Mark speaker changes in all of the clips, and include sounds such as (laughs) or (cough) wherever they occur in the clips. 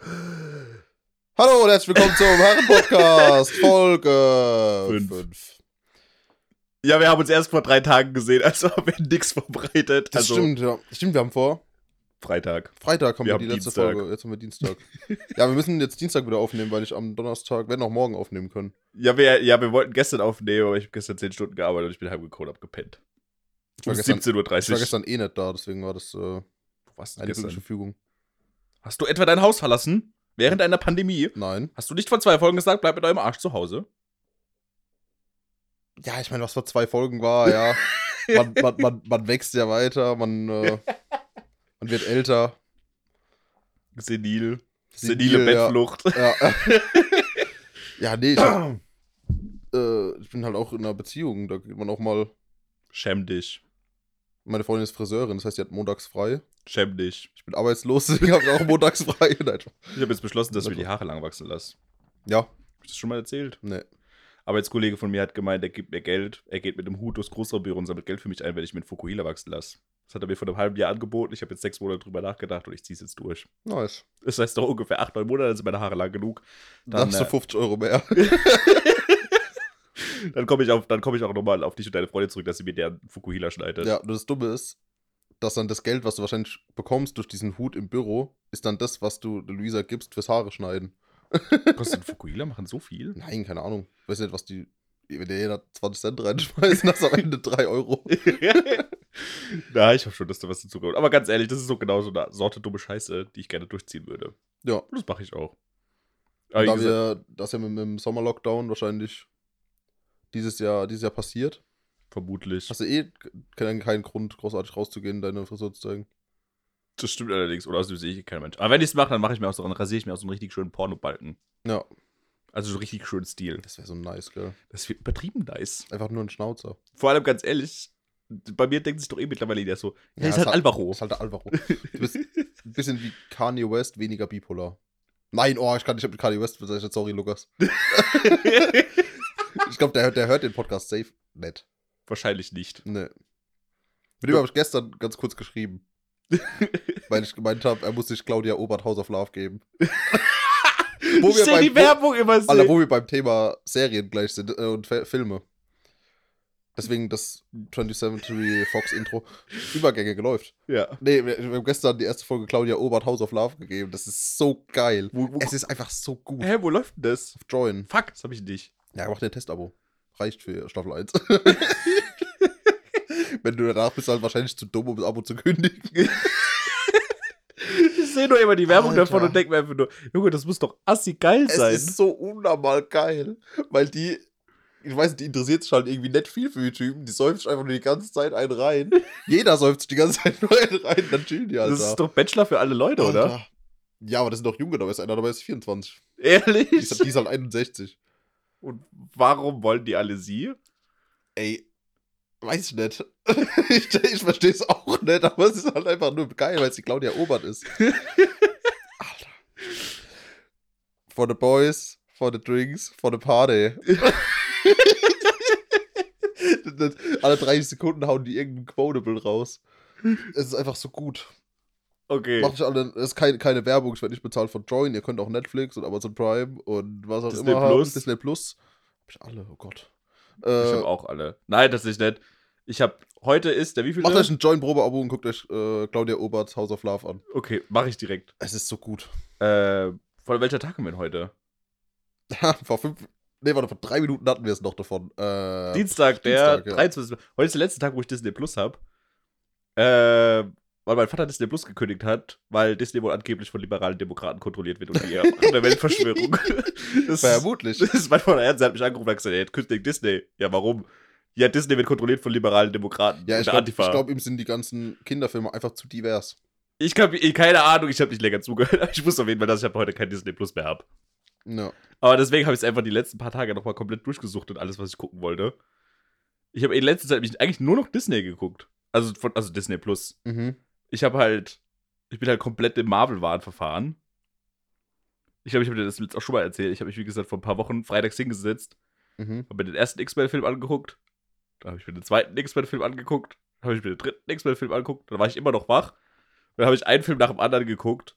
Speaker 1: Hallo und herzlich willkommen zum Herren-Podcast, Folge
Speaker 2: Fünf.
Speaker 1: 5.
Speaker 2: Ja, wir haben uns erst vor drei Tagen gesehen, also haben wir nichts verbreitet.
Speaker 1: Das
Speaker 2: also
Speaker 1: stimmt, ja. Stimmt, wir haben vor.
Speaker 2: Freitag.
Speaker 1: Freitag haben
Speaker 2: Wir
Speaker 1: wir,
Speaker 2: haben
Speaker 1: die letzte
Speaker 2: Dienstag.
Speaker 1: Folge, jetzt haben wir Dienstag. ja, wir müssen jetzt Dienstag wieder aufnehmen, weil ich am Donnerstag, wenn auch morgen aufnehmen können.
Speaker 2: Ja wir, ja, wir wollten gestern aufnehmen, aber ich habe gestern zehn Stunden gearbeitet und ich bin heimgekommen und hab gepennt.
Speaker 1: Ich war
Speaker 2: Um
Speaker 1: gestern,
Speaker 2: 17.30 Uhr.
Speaker 1: ich war gestern eh nicht da, deswegen war das äh,
Speaker 2: Wo warst du
Speaker 1: eine glückliche
Speaker 2: gestern?
Speaker 1: Fügung.
Speaker 2: Hast du etwa dein Haus verlassen? Während einer Pandemie?
Speaker 1: Nein.
Speaker 2: Hast du nicht vor zwei Folgen gesagt, bleib mit eurem Arsch zu Hause?
Speaker 1: Ja, ich meine, was vor zwei Folgen war, ja. Man, man, man, man wächst ja weiter, man, äh, man wird älter.
Speaker 2: Senil.
Speaker 1: Senil,
Speaker 2: Senile
Speaker 1: ja.
Speaker 2: Bettflucht.
Speaker 1: Ja, ja nee, ich, hab, äh, ich bin halt auch in einer Beziehung. Da geht man auch mal.
Speaker 2: Schäm dich.
Speaker 1: Meine Freundin ist Friseurin, das heißt, sie hat montags frei.
Speaker 2: Schäm dich.
Speaker 1: Ich bin arbeitslos, (laughs) deswegen habe ich auch montags frei. (laughs) Nein, Spaß.
Speaker 2: Ich habe jetzt beschlossen, dass ich mir die Haare lang wachsen lasse.
Speaker 1: ja,
Speaker 2: Hab ich das schon mal erzählt?
Speaker 1: nee.
Speaker 2: Aber jetzt Kollege von mir hat gemeint, er gibt mir Geld, er geht mit dem Hut durchs Großraumbüro und sammelt Geld für mich ein, wenn ich mir einen Fukuhila wachsen lasse. Das hat er mir vor einem halben Jahr angeboten. Ich habe jetzt sechs Monate drüber nachgedacht und ich ziehe es jetzt durch.
Speaker 1: Nice.
Speaker 2: Das heißt doch ungefähr acht, neun Monate sind meine Haare lang genug.
Speaker 1: Dann
Speaker 2: Dann,
Speaker 1: hast du
Speaker 2: äh,
Speaker 1: 50 Euro
Speaker 2: (laughs)
Speaker 1: mehr.
Speaker 2: Dann komme ich, auf- dann komm ich auch nochmal auf dich und deine Freundin zurück, dass sie mir deren Fukuhila schneidet.
Speaker 1: Ja, nur das Dumme ist, dass dann das Geld, was du wahrscheinlich bekommst durch diesen Hut im Büro, ist dann das, was du Luisa gibst fürs Haare schneiden.
Speaker 2: (laughs) Kostet ein Fukuhila machen so viel? (laughs)
Speaker 1: Nein, keine Ahnung. Ich weiß nicht, was die. Wenn der jeder 20 Cent reinschmeißt, hast du am Ende 3 Euro.
Speaker 2: Na, ich hoffe schon, dass da was dazu kommt. Aber ganz ehrlich, das ist so genau so eine Sorte dumme Scheiße, die ich gerne durchziehen würde.
Speaker 1: Ja.
Speaker 2: Und das mache ich auch. Aber wie
Speaker 1: Da
Speaker 2: gesagt,
Speaker 1: wir, das ist ja mit, mit dem Sommerlockdown wahrscheinlich dieses Jahr, dieses Jahr passiert.
Speaker 2: vermutlich.
Speaker 1: Hast du eh keinen, keinen Grund, großartig rauszugehen, deine Frisur zu zeigen.
Speaker 2: Das stimmt allerdings. Oder außerdem sehe ich kein Mensch. Aber wenn ich es mache, dann mache ich mir auch so, dann rasiere ich mir auch so einen richtig schönen Pornobalken.
Speaker 1: Ja,
Speaker 2: Also so einen richtig schönen Stil.
Speaker 1: das wäre so nice, gell?
Speaker 2: Das wird übertrieben nice.
Speaker 1: Einfach nur ein Schnauzer.
Speaker 2: Vor allem ganz ehrlich, bei mir denkt sich doch eh mittlerweile jeder so, ja,
Speaker 1: Ja,
Speaker 2: ist
Speaker 1: es
Speaker 2: halt
Speaker 1: hat-
Speaker 2: Alvaro.
Speaker 1: Ist halt der Alvaro. Du bist ein bisschen wie Kanye West, weniger bipolar. Nein, oh, ich kann nicht mit Kanye West bezeichnet. Sorry, Lukas. (laughs) Ich glaube, der, hört- der hört den Podcast safe. Nett.
Speaker 2: Wahrscheinlich nicht.
Speaker 1: Nee. Mit dem habe ich gestern ganz kurz
Speaker 2: (laughs)
Speaker 1: geschrieben. weil ich gemeint habe, er muss sich Claudia Obert House of Love
Speaker 2: (laughs)
Speaker 1: geben. Wo
Speaker 2: ich sehe
Speaker 1: beim-
Speaker 2: die Werbung immer so.
Speaker 1: Alter, wo wir beim Thema Serien gleich sind äh, und Fe- Filme. Deswegen das 20th Century Fox Intro. Übergänge geläuft.
Speaker 2: ja.
Speaker 1: Nee, wir, wir haben gestern die erste Folge Claudia Obert House of Love gegeben. Das ist so geil.
Speaker 2: Wo, wo,
Speaker 1: Es ist einfach so gut.
Speaker 2: hä, wo läuft denn das?
Speaker 1: Join.
Speaker 2: Fuck, das habe ich nicht.
Speaker 1: Ja, mach dir ein Testabo. Reicht für Staffel
Speaker 2: (laughs)
Speaker 1: 1. Wenn du danach bist, halt wahrscheinlich zu dumm, um das Abo zu kündigen.
Speaker 2: Ich sehe nur immer die Werbung
Speaker 1: Alter.
Speaker 2: davon und denke mir einfach nur, Junge, das muss doch assi geil
Speaker 1: (laughs) Es
Speaker 2: sein.
Speaker 1: ist so unnormal geil, weil die, ich weiß nicht, die interessiert sich halt irgendwie nicht viel für die Typen. Die säuft sich einfach nur die ganze Zeit einen rein.
Speaker 2: (laughs)
Speaker 1: Jeder säuft sich die ganze Zeit nur einen rein, dann chillen die, Alter.
Speaker 2: das ist doch Bachelor für alle Leute, oder?
Speaker 1: Alter. Ja, aber das sind doch Junge, da ist einer dabei, ist 24.
Speaker 2: (laughs)
Speaker 1: Die
Speaker 2: Ehrlich?
Speaker 1: ist, die ist halt 61.
Speaker 2: Und warum wollen die alle sie?
Speaker 1: Ey, weiß ich nicht. (laughs) ich ich verstehe es auch nicht, aber es ist halt einfach nur geil, weil es die Claudia Obert
Speaker 2: (laughs)
Speaker 1: ist. Alter. For the boys, for the drinks, for the
Speaker 2: (laughs)
Speaker 1: party. Das- das- Alle 30 Sekunden hauen die irgendein Quotable raus. Es ist einfach so gut.
Speaker 2: Okay.
Speaker 1: Macht mich alle, es ist keine, keine Werbung, ich werde nicht bezahlt von Join. Ihr könnt auch Netflix und Amazon Prime und was auch
Speaker 2: Disney
Speaker 1: immer haben.
Speaker 2: Plus.
Speaker 1: Disney Plus. Hab ich alle, oh Gott.
Speaker 2: Ich
Speaker 1: Äh,
Speaker 2: habe auch alle. Nein, das ist nicht. Ich habe heute ist der wievielte?
Speaker 1: Macht euch ein Join-Probe-Abo und guckt euch äh, Claudia Oberts House of Love an.
Speaker 2: Okay, mache ich direkt.
Speaker 1: Es ist so gut. (laughs)
Speaker 2: Äh, von welcher Tag haben wir denn heute?
Speaker 1: vor fünf, nee, warte, vor drei Minuten hatten wir es noch davon. Äh,
Speaker 2: Dienstag, der
Speaker 1: Dienstag, ja.
Speaker 2: 23. Heute ist der letzte Tag, wo ich Disney Plus habe. Äh, weil mein Vater Disney Plus gekündigt hat, weil Disney wohl angeblich von liberalen Demokraten kontrolliert
Speaker 1: (laughs)
Speaker 2: wird und die eher machen eine Weltverschwörung. das, ist-
Speaker 1: vermutlich.
Speaker 2: (laughs) das ist mein Vater Ernst, der hat mich angerufen und hat gesagt, er kündigt Disney. Ja, warum? Ja, Disney wird kontrolliert von liberalen Demokraten
Speaker 1: Ja,
Speaker 2: und
Speaker 1: ich
Speaker 2: der
Speaker 1: glaube,
Speaker 2: Antifa.
Speaker 1: glaub, ihm sind die ganzen Kinderfilme einfach zu divers.
Speaker 2: Ich kann ich- keine Ahnung, ich habe nicht länger zugehört. (laughs) Ich wusste auf jeden Fall, dass ich ab heute kein Disney Plus mehr habe.
Speaker 1: Ja.
Speaker 2: Aber deswegen habe ich es einfach die letzten paar Tage nochmal komplett durchgesucht und alles, was ich gucken wollte. Ich habe in letzter Zeit mich eigentlich nur noch Disney geguckt. Also, von, also Disney Plus.
Speaker 1: Mhm.
Speaker 2: Ich habe halt, ich bin halt komplett im Marvel-Wahn verfahren. Ich glaube, ich habe dir das jetzt auch schon mal erzählt. Ich habe mich, wie gesagt, vor ein paar Wochen freitags hingesetzt,
Speaker 1: Mhm.
Speaker 2: habe mir den ersten X-Men-Film angeguckt, dann habe ich mir den zweiten X-Men-Film angeguckt, dann habe ich mir den dritten X-Men-Film angeguckt, dann war ich immer noch wach. Dann habe ich einen Film nach dem anderen geguckt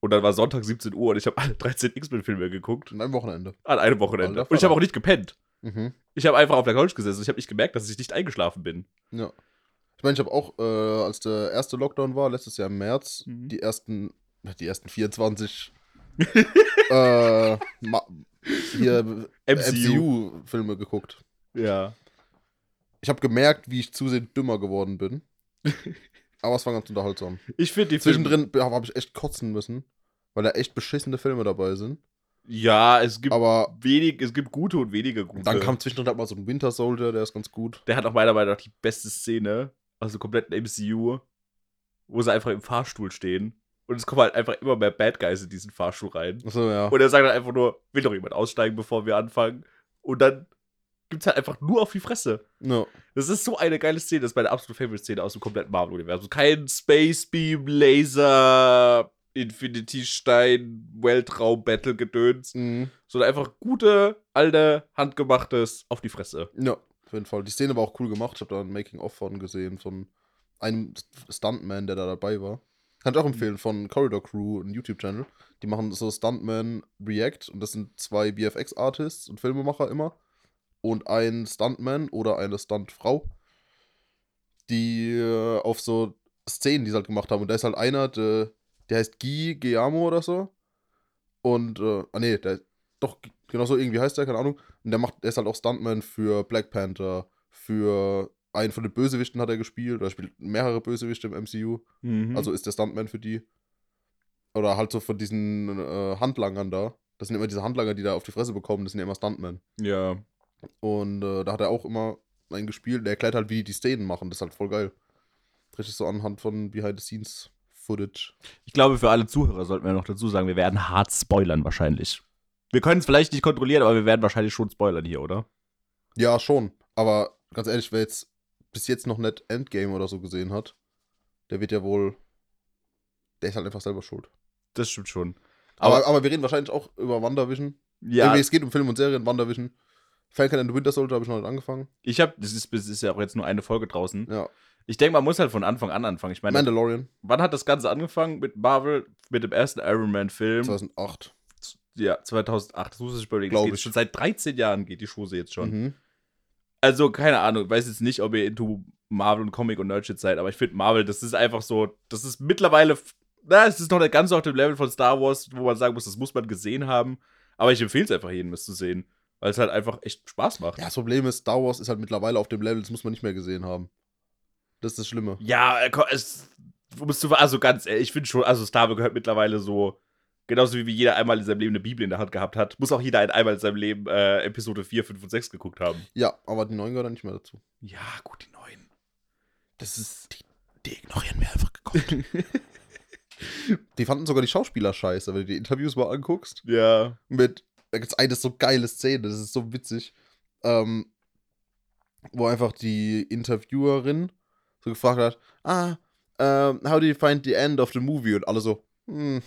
Speaker 2: und dann war Sonntag 17 Uhr und ich habe alle 13 X-Men-Filme geguckt
Speaker 1: An einem Wochenende.
Speaker 2: an einem Wochenende.
Speaker 1: Alter
Speaker 2: Und ich habe
Speaker 1: Vater.
Speaker 2: auch nicht gepennt.
Speaker 1: Mhm.
Speaker 2: Ich habe einfach auf der Couch gesessen. Ich habe nicht gemerkt, dass ich nicht eingeschlafen bin.
Speaker 1: Ja. Ich meine, ich habe auch, äh, als der erste Lockdown war, letztes Jahr im März,
Speaker 2: Mhm.
Speaker 1: die ersten, die ersten
Speaker 2: (laughs)
Speaker 1: 24 äh, ma- hier
Speaker 2: MCU.
Speaker 1: MCU-Filme geguckt.
Speaker 2: Ja.
Speaker 1: Ich habe gemerkt, wie ich zusehends dümmer geworden
Speaker 2: (laughs)
Speaker 1: bin. Aber es war ganz unterhaltsam.
Speaker 2: Ich finde die
Speaker 1: Zwischendrin habe ich echt kotzen müssen, weil da echt beschissene Filme dabei sind.
Speaker 2: Filme. Ja, es gibt
Speaker 1: Aber
Speaker 2: wenig, es gibt gute und weniger gute.
Speaker 1: dann kam zwischendrin halt mal so ein Winter Soldier, der ist ganz gut.
Speaker 2: Der hat auch meiner Meinung nach die beste Szene aus dem kompletten MCU, wo sie einfach im Fahrstuhl stehen. Und es kommen halt einfach immer mehr Bad Guys in diesen Fahrstuhl rein.
Speaker 1: Achso, ja.
Speaker 2: Und er sagt dann einfach nur, will doch jemand aussteigen, bevor wir anfangen. Und dann gibt's halt einfach nur auf die Fresse.
Speaker 1: Ja.
Speaker 2: Das ist so eine geile Szene, das ist meine absolute Favorite-Szene aus dem kompletten Marvel-Universum. Kein Space Beam, Laser, Infinity-Stein, Weltraum-Battle-Gedöns,
Speaker 1: Mhm.
Speaker 2: sondern einfach gute, alte, handgemachtes auf die Fresse.
Speaker 1: ja, auf jeden Fall. Die Szene war auch cool gemacht. Ich habe da ein Making-of von gesehen, von einem Stuntman, der da dabei war. Kann ich auch empfehlen, von Corridor Crew, ein YouTube-Channel. Die machen so Stuntman React und das sind zwei BFX-Artists und Filmemacher immer. Und ein Stuntman oder eine Stuntfrau, die äh, auf so Szenen, die sie halt gemacht haben. Und da ist halt einer, der, der heißt Guy Giamo oder so. Und, äh, ah nee, der, doch, genau so irgendwie heißt der, keine Ahnung. Und der macht, der ist halt auch Stuntman für Black Panther, für einen von den Bösewichten hat er gespielt, oder spielt mehrere Bösewichte im MCU.
Speaker 2: Mhm.
Speaker 1: Also ist der Stuntman für die. Oder halt so von diesen äh, Handlangern da. Das sind immer diese Handlanger, die da auf die Fresse bekommen, das sind ja immer Stuntmen.
Speaker 2: ja.
Speaker 1: Und äh, da hat er auch immer einen gespielt. Der erklärt halt, wie die die Szenen machen. Das ist halt voll geil. Richtig so anhand von Behind-the-Scenes-Footage.
Speaker 2: Ich glaube, für alle Zuhörer sollten wir noch dazu sagen, wir werden hart spoilern wahrscheinlich. Wir können es vielleicht nicht kontrollieren, aber wir werden wahrscheinlich schon spoilern hier, oder?
Speaker 1: Ja, schon. Aber ganz ehrlich, wer jetzt bis jetzt noch nicht Endgame oder so gesehen hat, der wird ja wohl. Der ist halt einfach selber schuld.
Speaker 2: Das stimmt schon.
Speaker 1: Aber,
Speaker 2: Aber-
Speaker 1: aber, wir reden wahrscheinlich auch über WandaVision.
Speaker 2: Ja,
Speaker 1: Irgendwie, es geht um Film und Serien, WandaVision. Falcon and the Winter Soldier habe ich noch nicht angefangen.
Speaker 2: ich habe, das ist, das ist ja auch jetzt nur eine Folge draußen.
Speaker 1: Ja.
Speaker 2: Ich denke, man muss halt von Anfang an anfangen. Ich meine,
Speaker 1: Mandalorian,
Speaker 2: wann hat das Ganze angefangen mit Marvel, mit dem ersten Iron Man-Film?
Speaker 1: 2008.
Speaker 2: Ja, 2008, das muss ich sich überlegen.
Speaker 1: Glaub
Speaker 2: Das geht
Speaker 1: ich.
Speaker 2: Schon seit 13 Jahren geht die Chose jetzt schon.
Speaker 1: Mhm.
Speaker 2: Also, keine Ahnung, ich weiß jetzt nicht, ob ihr into Marvel und Comic und Nerdshit seid, aber ich finde Marvel, das ist einfach so, das ist mittlerweile, na, es ist noch nicht ganz auf dem Level von Star Wars, wo man sagen muss, das muss man gesehen haben, aber ich empfehle es einfach jedem, es zu sehen, weil es halt einfach echt Spaß macht.
Speaker 1: Ja, das Problem ist, Star Wars ist halt mittlerweile auf dem Level, das muss man nicht mehr gesehen haben. Das ist das Schlimme.
Speaker 2: Ja, äh, ko- es, um es zu, ver- also ganz ehrlich, ich finde schon, also Star Wars gehört mittlerweile so, genauso wie jeder einmal in seinem Leben eine Bibel in der Hand gehabt hat, muss auch jeder ein- einmal in seinem Leben äh, Episode 4, 5 und 6 geguckt haben.
Speaker 1: Ja, aber die neuen gehören nicht mehr
Speaker 2: (laughs)
Speaker 1: dazu.
Speaker 2: Ja, gut, die neuen.
Speaker 1: Das ist. Die, die ignorieren mir einfach gekonnt. die fanden sogar die Schauspieler scheiße, wenn du die Interviews mal anguckst.
Speaker 2: Ja.
Speaker 1: mit, da gibt es eine so geile Szene, das ist so witzig, ähm, wo einfach die Interviewerin so gefragt hat, ah, ähm, how do you find the end of the movie? Und alle so,
Speaker 2: (laughs)
Speaker 1: hm.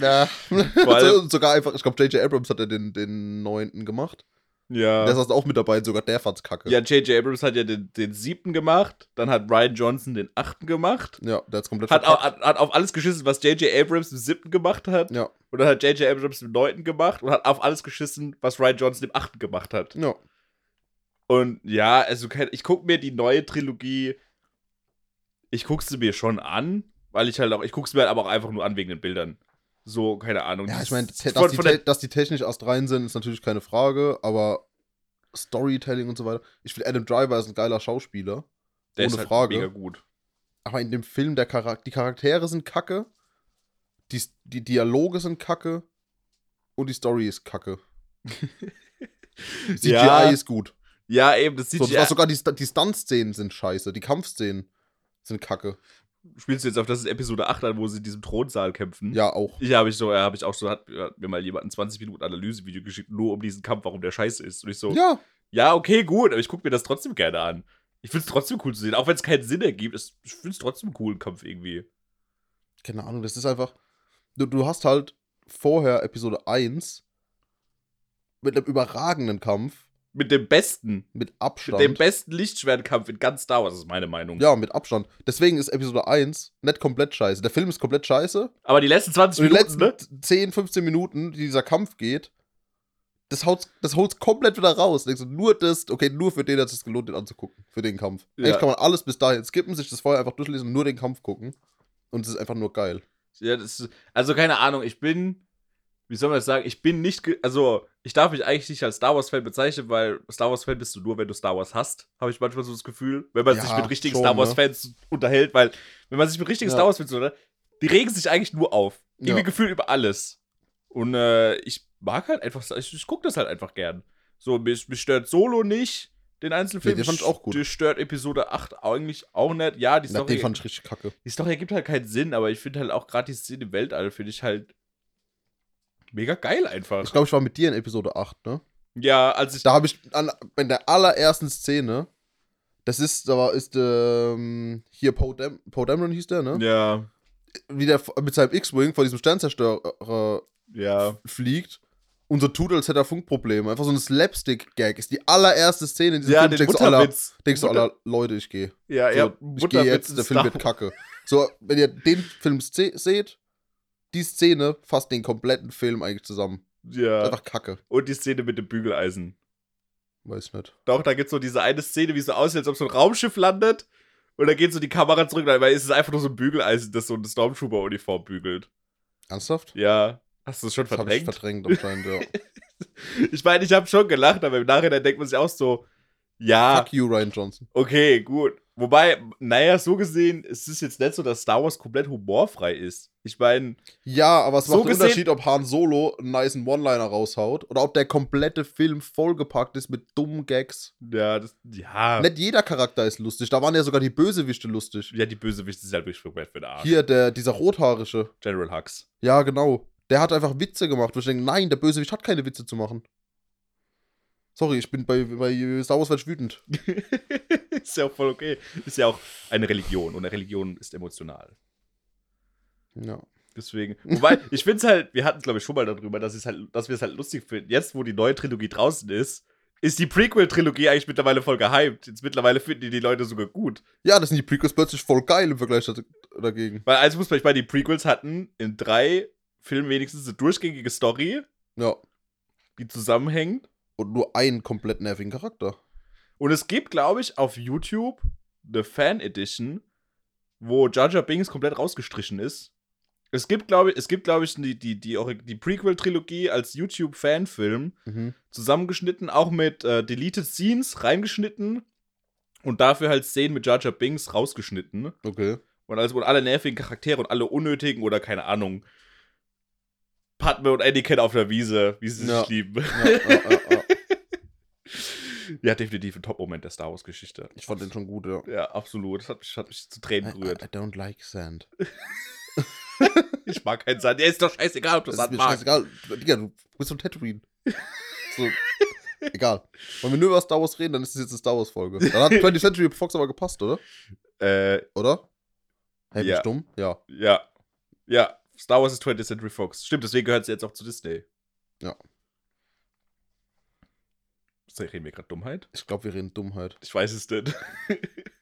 Speaker 1: ja.
Speaker 2: allem-
Speaker 1: (laughs) so, sogar einfach, ich glaube, J.J. Abrams hat ja den, den neunten gemacht.
Speaker 2: Ja.
Speaker 1: Der saß auch mit dabei, sogar der fand's kacke.
Speaker 2: Ja, J.J. Abrams hat ja den, den siebten gemacht, dann hat Ryan Johnson den achten gemacht,
Speaker 1: ja der hat's komplett
Speaker 2: hat, au-
Speaker 1: verkackt.
Speaker 2: hat, hat auf alles geschissen, was J.J. Abrams im siebten gemacht hat,
Speaker 1: Ja,
Speaker 2: und dann hat J.J. Abrams im neunten gemacht und hat auf alles geschissen, was Ryan Johnson im achten gemacht hat.
Speaker 1: ja.
Speaker 2: Und ja, also kein- ich gucke mir die neue Trilogie, ich gucke sie mir schon an, weil ich halt auch, ich gucke sie mir halt aber auch einfach nur an wegen den Bildern. So, keine Ahnung.
Speaker 1: Ja,
Speaker 2: Das
Speaker 1: ich meine,
Speaker 2: ist
Speaker 1: dass,
Speaker 2: von,
Speaker 1: die
Speaker 2: von
Speaker 1: te-
Speaker 2: der,
Speaker 1: dass die technisch erst rein sind, ist natürlich keine Frage, aber Storytelling und so weiter. Ich finde, Adam Driver ist ein geiler Schauspieler.
Speaker 2: der ist
Speaker 1: ohne
Speaker 2: halt
Speaker 1: Frage.
Speaker 2: mega gut.
Speaker 1: Aber in dem Film, der Charak die Charaktere sind kacke, die, S- die Dialoge sind kacke und die Story ist
Speaker 2: (laughs)
Speaker 1: kacke. CGI
Speaker 2: Ja.
Speaker 1: ist gut.
Speaker 2: Ja, eben, das sieht
Speaker 1: So, ja. Sogar die, Sta- die Stunt-Szenen sind scheiße, die Kampfszenen sind kacke.
Speaker 2: Spielst du jetzt auf das ist Episode 8 an, wo sie in diesem Thronsaal kämpfen?
Speaker 1: Ja, auch.
Speaker 2: Ich habe ich so, ja, habe ich auch so, hat, hat mir mal jemand ein 20 Minuten Analysevideo geschickt, nur um diesen Kampf, warum der scheiße ist. Und ich so, ja,
Speaker 1: Ja,
Speaker 2: okay, gut, aber ich gucke mir das trotzdem gerne an. Ich finde es trotzdem cool zu sehen, auch wenn es keinen Sinn ergibt. Es- Ich finde es trotzdem einen coolen Kampf irgendwie.
Speaker 1: keine Ahnung, das ist einfach. du, du hast halt vorher Episode 1 mit einem überragenden Kampf,
Speaker 2: Mit dem besten,
Speaker 1: mit
Speaker 2: mit
Speaker 1: Abstand.
Speaker 2: dem besten Lichtschwertkampf in ganz Star Wars, das ist meine Meinung.
Speaker 1: ja, mit Abstand. Deswegen ist Episode 1 nicht komplett scheiße. Der Film ist komplett scheiße.
Speaker 2: Aber die letzten 20
Speaker 1: Und die
Speaker 2: Minuten,
Speaker 1: letzten
Speaker 2: ne?
Speaker 1: 10, 15 Minuten, die dieser Kampf geht, das haut das holt's komplett wieder raus. Denkst du, nur das, okay, nur für den hat es sich gelohnt, den anzugucken. Für den Kampf.
Speaker 2: Ja.
Speaker 1: Eigentlich kann man alles bis dahin skippen, sich das vorher einfach durchlesen und nur den Kampf gucken. Und es ist einfach nur geil.
Speaker 2: Ja, das ist, also keine Ahnung, ich bin, wie soll man das sagen, ich bin nicht, ge- also ich darf mich eigentlich nicht als Star Wars-Fan bezeichnen, weil Star Wars-Fan bist du nur, wenn du Star Wars hast, habe ich manchmal so das Gefühl, wenn man
Speaker 1: Ja,
Speaker 2: sich mit richtigen
Speaker 1: schon,
Speaker 2: Star
Speaker 1: ne?
Speaker 2: Wars-Fans unterhält, weil wenn man sich mit richtigen
Speaker 1: Ja.
Speaker 2: Star Wars-Fans unterhält, die regen sich eigentlich nur auf. Irgendwie
Speaker 1: Ja.
Speaker 2: Gefühl über alles. Und äh, ich mag halt einfach, ich, ich gucke das halt einfach gern. So, mich, mich stört Solo nicht, den Einzelfilm.
Speaker 1: Nee, den fand ich auch gut.
Speaker 2: Die stört Episode 8 eigentlich auch nicht. Ja, die
Speaker 1: Na,
Speaker 2: Story
Speaker 1: den fand ich richtig kacke.
Speaker 2: die Story ergibt halt keinen Sinn, aber ich finde halt auch gerade die Szene im Weltall, finde ich halt mega geil einfach.
Speaker 1: Ich glaube, ich war mit dir in Episode 8, ne?
Speaker 2: Ja, als ich.
Speaker 1: Da habe ich an, in der allerersten Szene, das ist, da war, ist, ähm, hier Poe Dam Poe Dameron hieß der, ne?
Speaker 2: Ja,
Speaker 1: Wie der f- mit seinem X-Wing vor diesem Sternzerstörer
Speaker 2: ja.
Speaker 1: fliegt und so tut, als hätte er Funkprobleme. Einfach so ein Slapstick-Gag ist die allererste Szene in diesem
Speaker 2: Ja,
Speaker 1: Film.
Speaker 2: den
Speaker 1: denkst du, aller,
Speaker 2: Mutterwitz.
Speaker 1: denkst du,
Speaker 2: Mutter-
Speaker 1: aller Leute, ich gehe.
Speaker 2: Ja,
Speaker 1: So,
Speaker 2: ja,
Speaker 1: ich gehe
Speaker 2: Mutterwitz
Speaker 1: jetzt,
Speaker 2: in
Speaker 1: der Film
Speaker 2: Star
Speaker 1: wird
Speaker 2: Wars.
Speaker 1: kacke. So, wenn ihr den Film se seht, die Szene fasst den kompletten Film eigentlich zusammen.
Speaker 2: Ja.
Speaker 1: Einfach kacke.
Speaker 2: Und die Szene mit dem Bügeleisen.
Speaker 1: Weiß nicht.
Speaker 2: Doch, da gibt's so diese eine Szene, wie es so aussieht, als ob so ein Raumschiff landet. Und dann geht so die Kamera zurück, weil es ist einfach nur so ein Bügeleisen, das so eine Stormtrooper-Uniform bügelt.
Speaker 1: Ernsthaft?
Speaker 2: Ja. Hast du es schon
Speaker 1: Das habe ich
Speaker 2: verdrängt?
Speaker 1: verdrängt anscheinend,
Speaker 2: (laughs)
Speaker 1: ja.
Speaker 2: Ich meine, ich habe schon gelacht, aber im Nachhinein denkt man sich auch so, ja.
Speaker 1: Fuck you, Ryan Johnson.
Speaker 2: Okay, gut. Wobei, naja, so gesehen, es ist jetzt nicht so, dass Star Wars komplett humorfrei ist. Ich meine,
Speaker 1: Ja, aber es
Speaker 2: So
Speaker 1: macht einen
Speaker 2: gesehen-
Speaker 1: Unterschied, ob Han Solo einen niceen One-Liner raushaut oder ob der komplette Film vollgepackt ist mit dummen Gags.
Speaker 2: ja, das, ja,
Speaker 1: Nicht jeder Charakter ist lustig. Da waren ja sogar die Bösewichte lustig.
Speaker 2: ja, die Bösewichte sind halt wirklich komplett für den Arsch.
Speaker 1: Hier, der, dieser rothaarische.
Speaker 2: General Hux. (laughs)
Speaker 1: Ja, genau. Der hat einfach Witze gemacht. Wo ich denke, nein, der Bösewicht hat keine Witze zu machen. Sorry, ich bin bei, bei Star Wars werd ich wütend.
Speaker 2: ist ja auch voll okay. Ist ja auch eine Religion und eine Religion ist emotional.
Speaker 1: Ja. (laughs)
Speaker 2: Deswegen. Wobei, ich finde es halt, wir hatten es glaube ich schon mal darüber, dass, ich's halt, dass wir es halt lustig finden. Jetzt, wo die neue Trilogie draußen ist, ist die Prequel-Trilogie eigentlich mittlerweile voll gehypt. Jetzt mittlerweile finden die die Leute sogar gut.
Speaker 1: Ja, das sind die Prequels plötzlich voll geil im Vergleich dazu- dagegen.
Speaker 2: Weil eins muss man, ich meine, die Prequels hatten in drei Filmen wenigstens eine durchgängige Story,
Speaker 1: Ja.
Speaker 2: die zusammenhängt.
Speaker 1: Und nur einen komplett nervigen Charakter.
Speaker 2: Und es gibt, glaube ich, auf YouTube eine Fan Edition, wo Jar Jar Binks komplett rausgestrichen ist. Es gibt, glaube ich, es gibt, glaube ich, die, die, die, Ori- die Prequel-Trilogie als YouTube-Fanfilm
Speaker 1: Mhm.
Speaker 2: zusammengeschnitten, auch mit äh, Deleted Scenes reingeschnitten und dafür halt Szenen mit Jar Jar Binks rausgeschnitten.
Speaker 1: Okay.
Speaker 2: Und also und alle nervigen Charaktere und alle unnötigen oder keine Ahnung. Padme und Anakin auf der Wiese, wie sie
Speaker 1: Ja.
Speaker 2: sich lieben. (laughs)
Speaker 1: Ja, ja, ja, ja.
Speaker 2: Ja, definitiv ein Top-Moment der Star Wars-Geschichte.
Speaker 1: Ich fand den schon gut, ja.
Speaker 2: Ja, absolut. Das hat mich, hat mich zu Tränen
Speaker 1: Äh, I, I
Speaker 2: gerührt.
Speaker 1: don't like sand.
Speaker 2: Ich mag keinen Sand. Ja, ist doch scheißegal, ob du
Speaker 1: äh, Das
Speaker 2: Sand
Speaker 1: ist mir
Speaker 2: magst.
Speaker 1: scheißegal. Digga, du bist so ein Tatooine. So. Egal. Wollen wir nur über Star Wars reden, dann ist es jetzt eine Star Wars-Folge. Dann
Speaker 2: (laughs)
Speaker 1: hat 20th Century Fox aber gepasst, oder?
Speaker 2: Äh,
Speaker 1: Oder? Hey, bin
Speaker 2: Ja.
Speaker 1: ich dumm? Ja.
Speaker 2: ja. Ja, Star Wars ist 20th Century Fox. Stimmt, deswegen gehört sie jetzt auch zu Disney.
Speaker 1: Ja.
Speaker 2: Reden wir gerade Dummheit?
Speaker 1: Ich glaube, wir reden Dummheit.
Speaker 2: Ich weiß es nicht.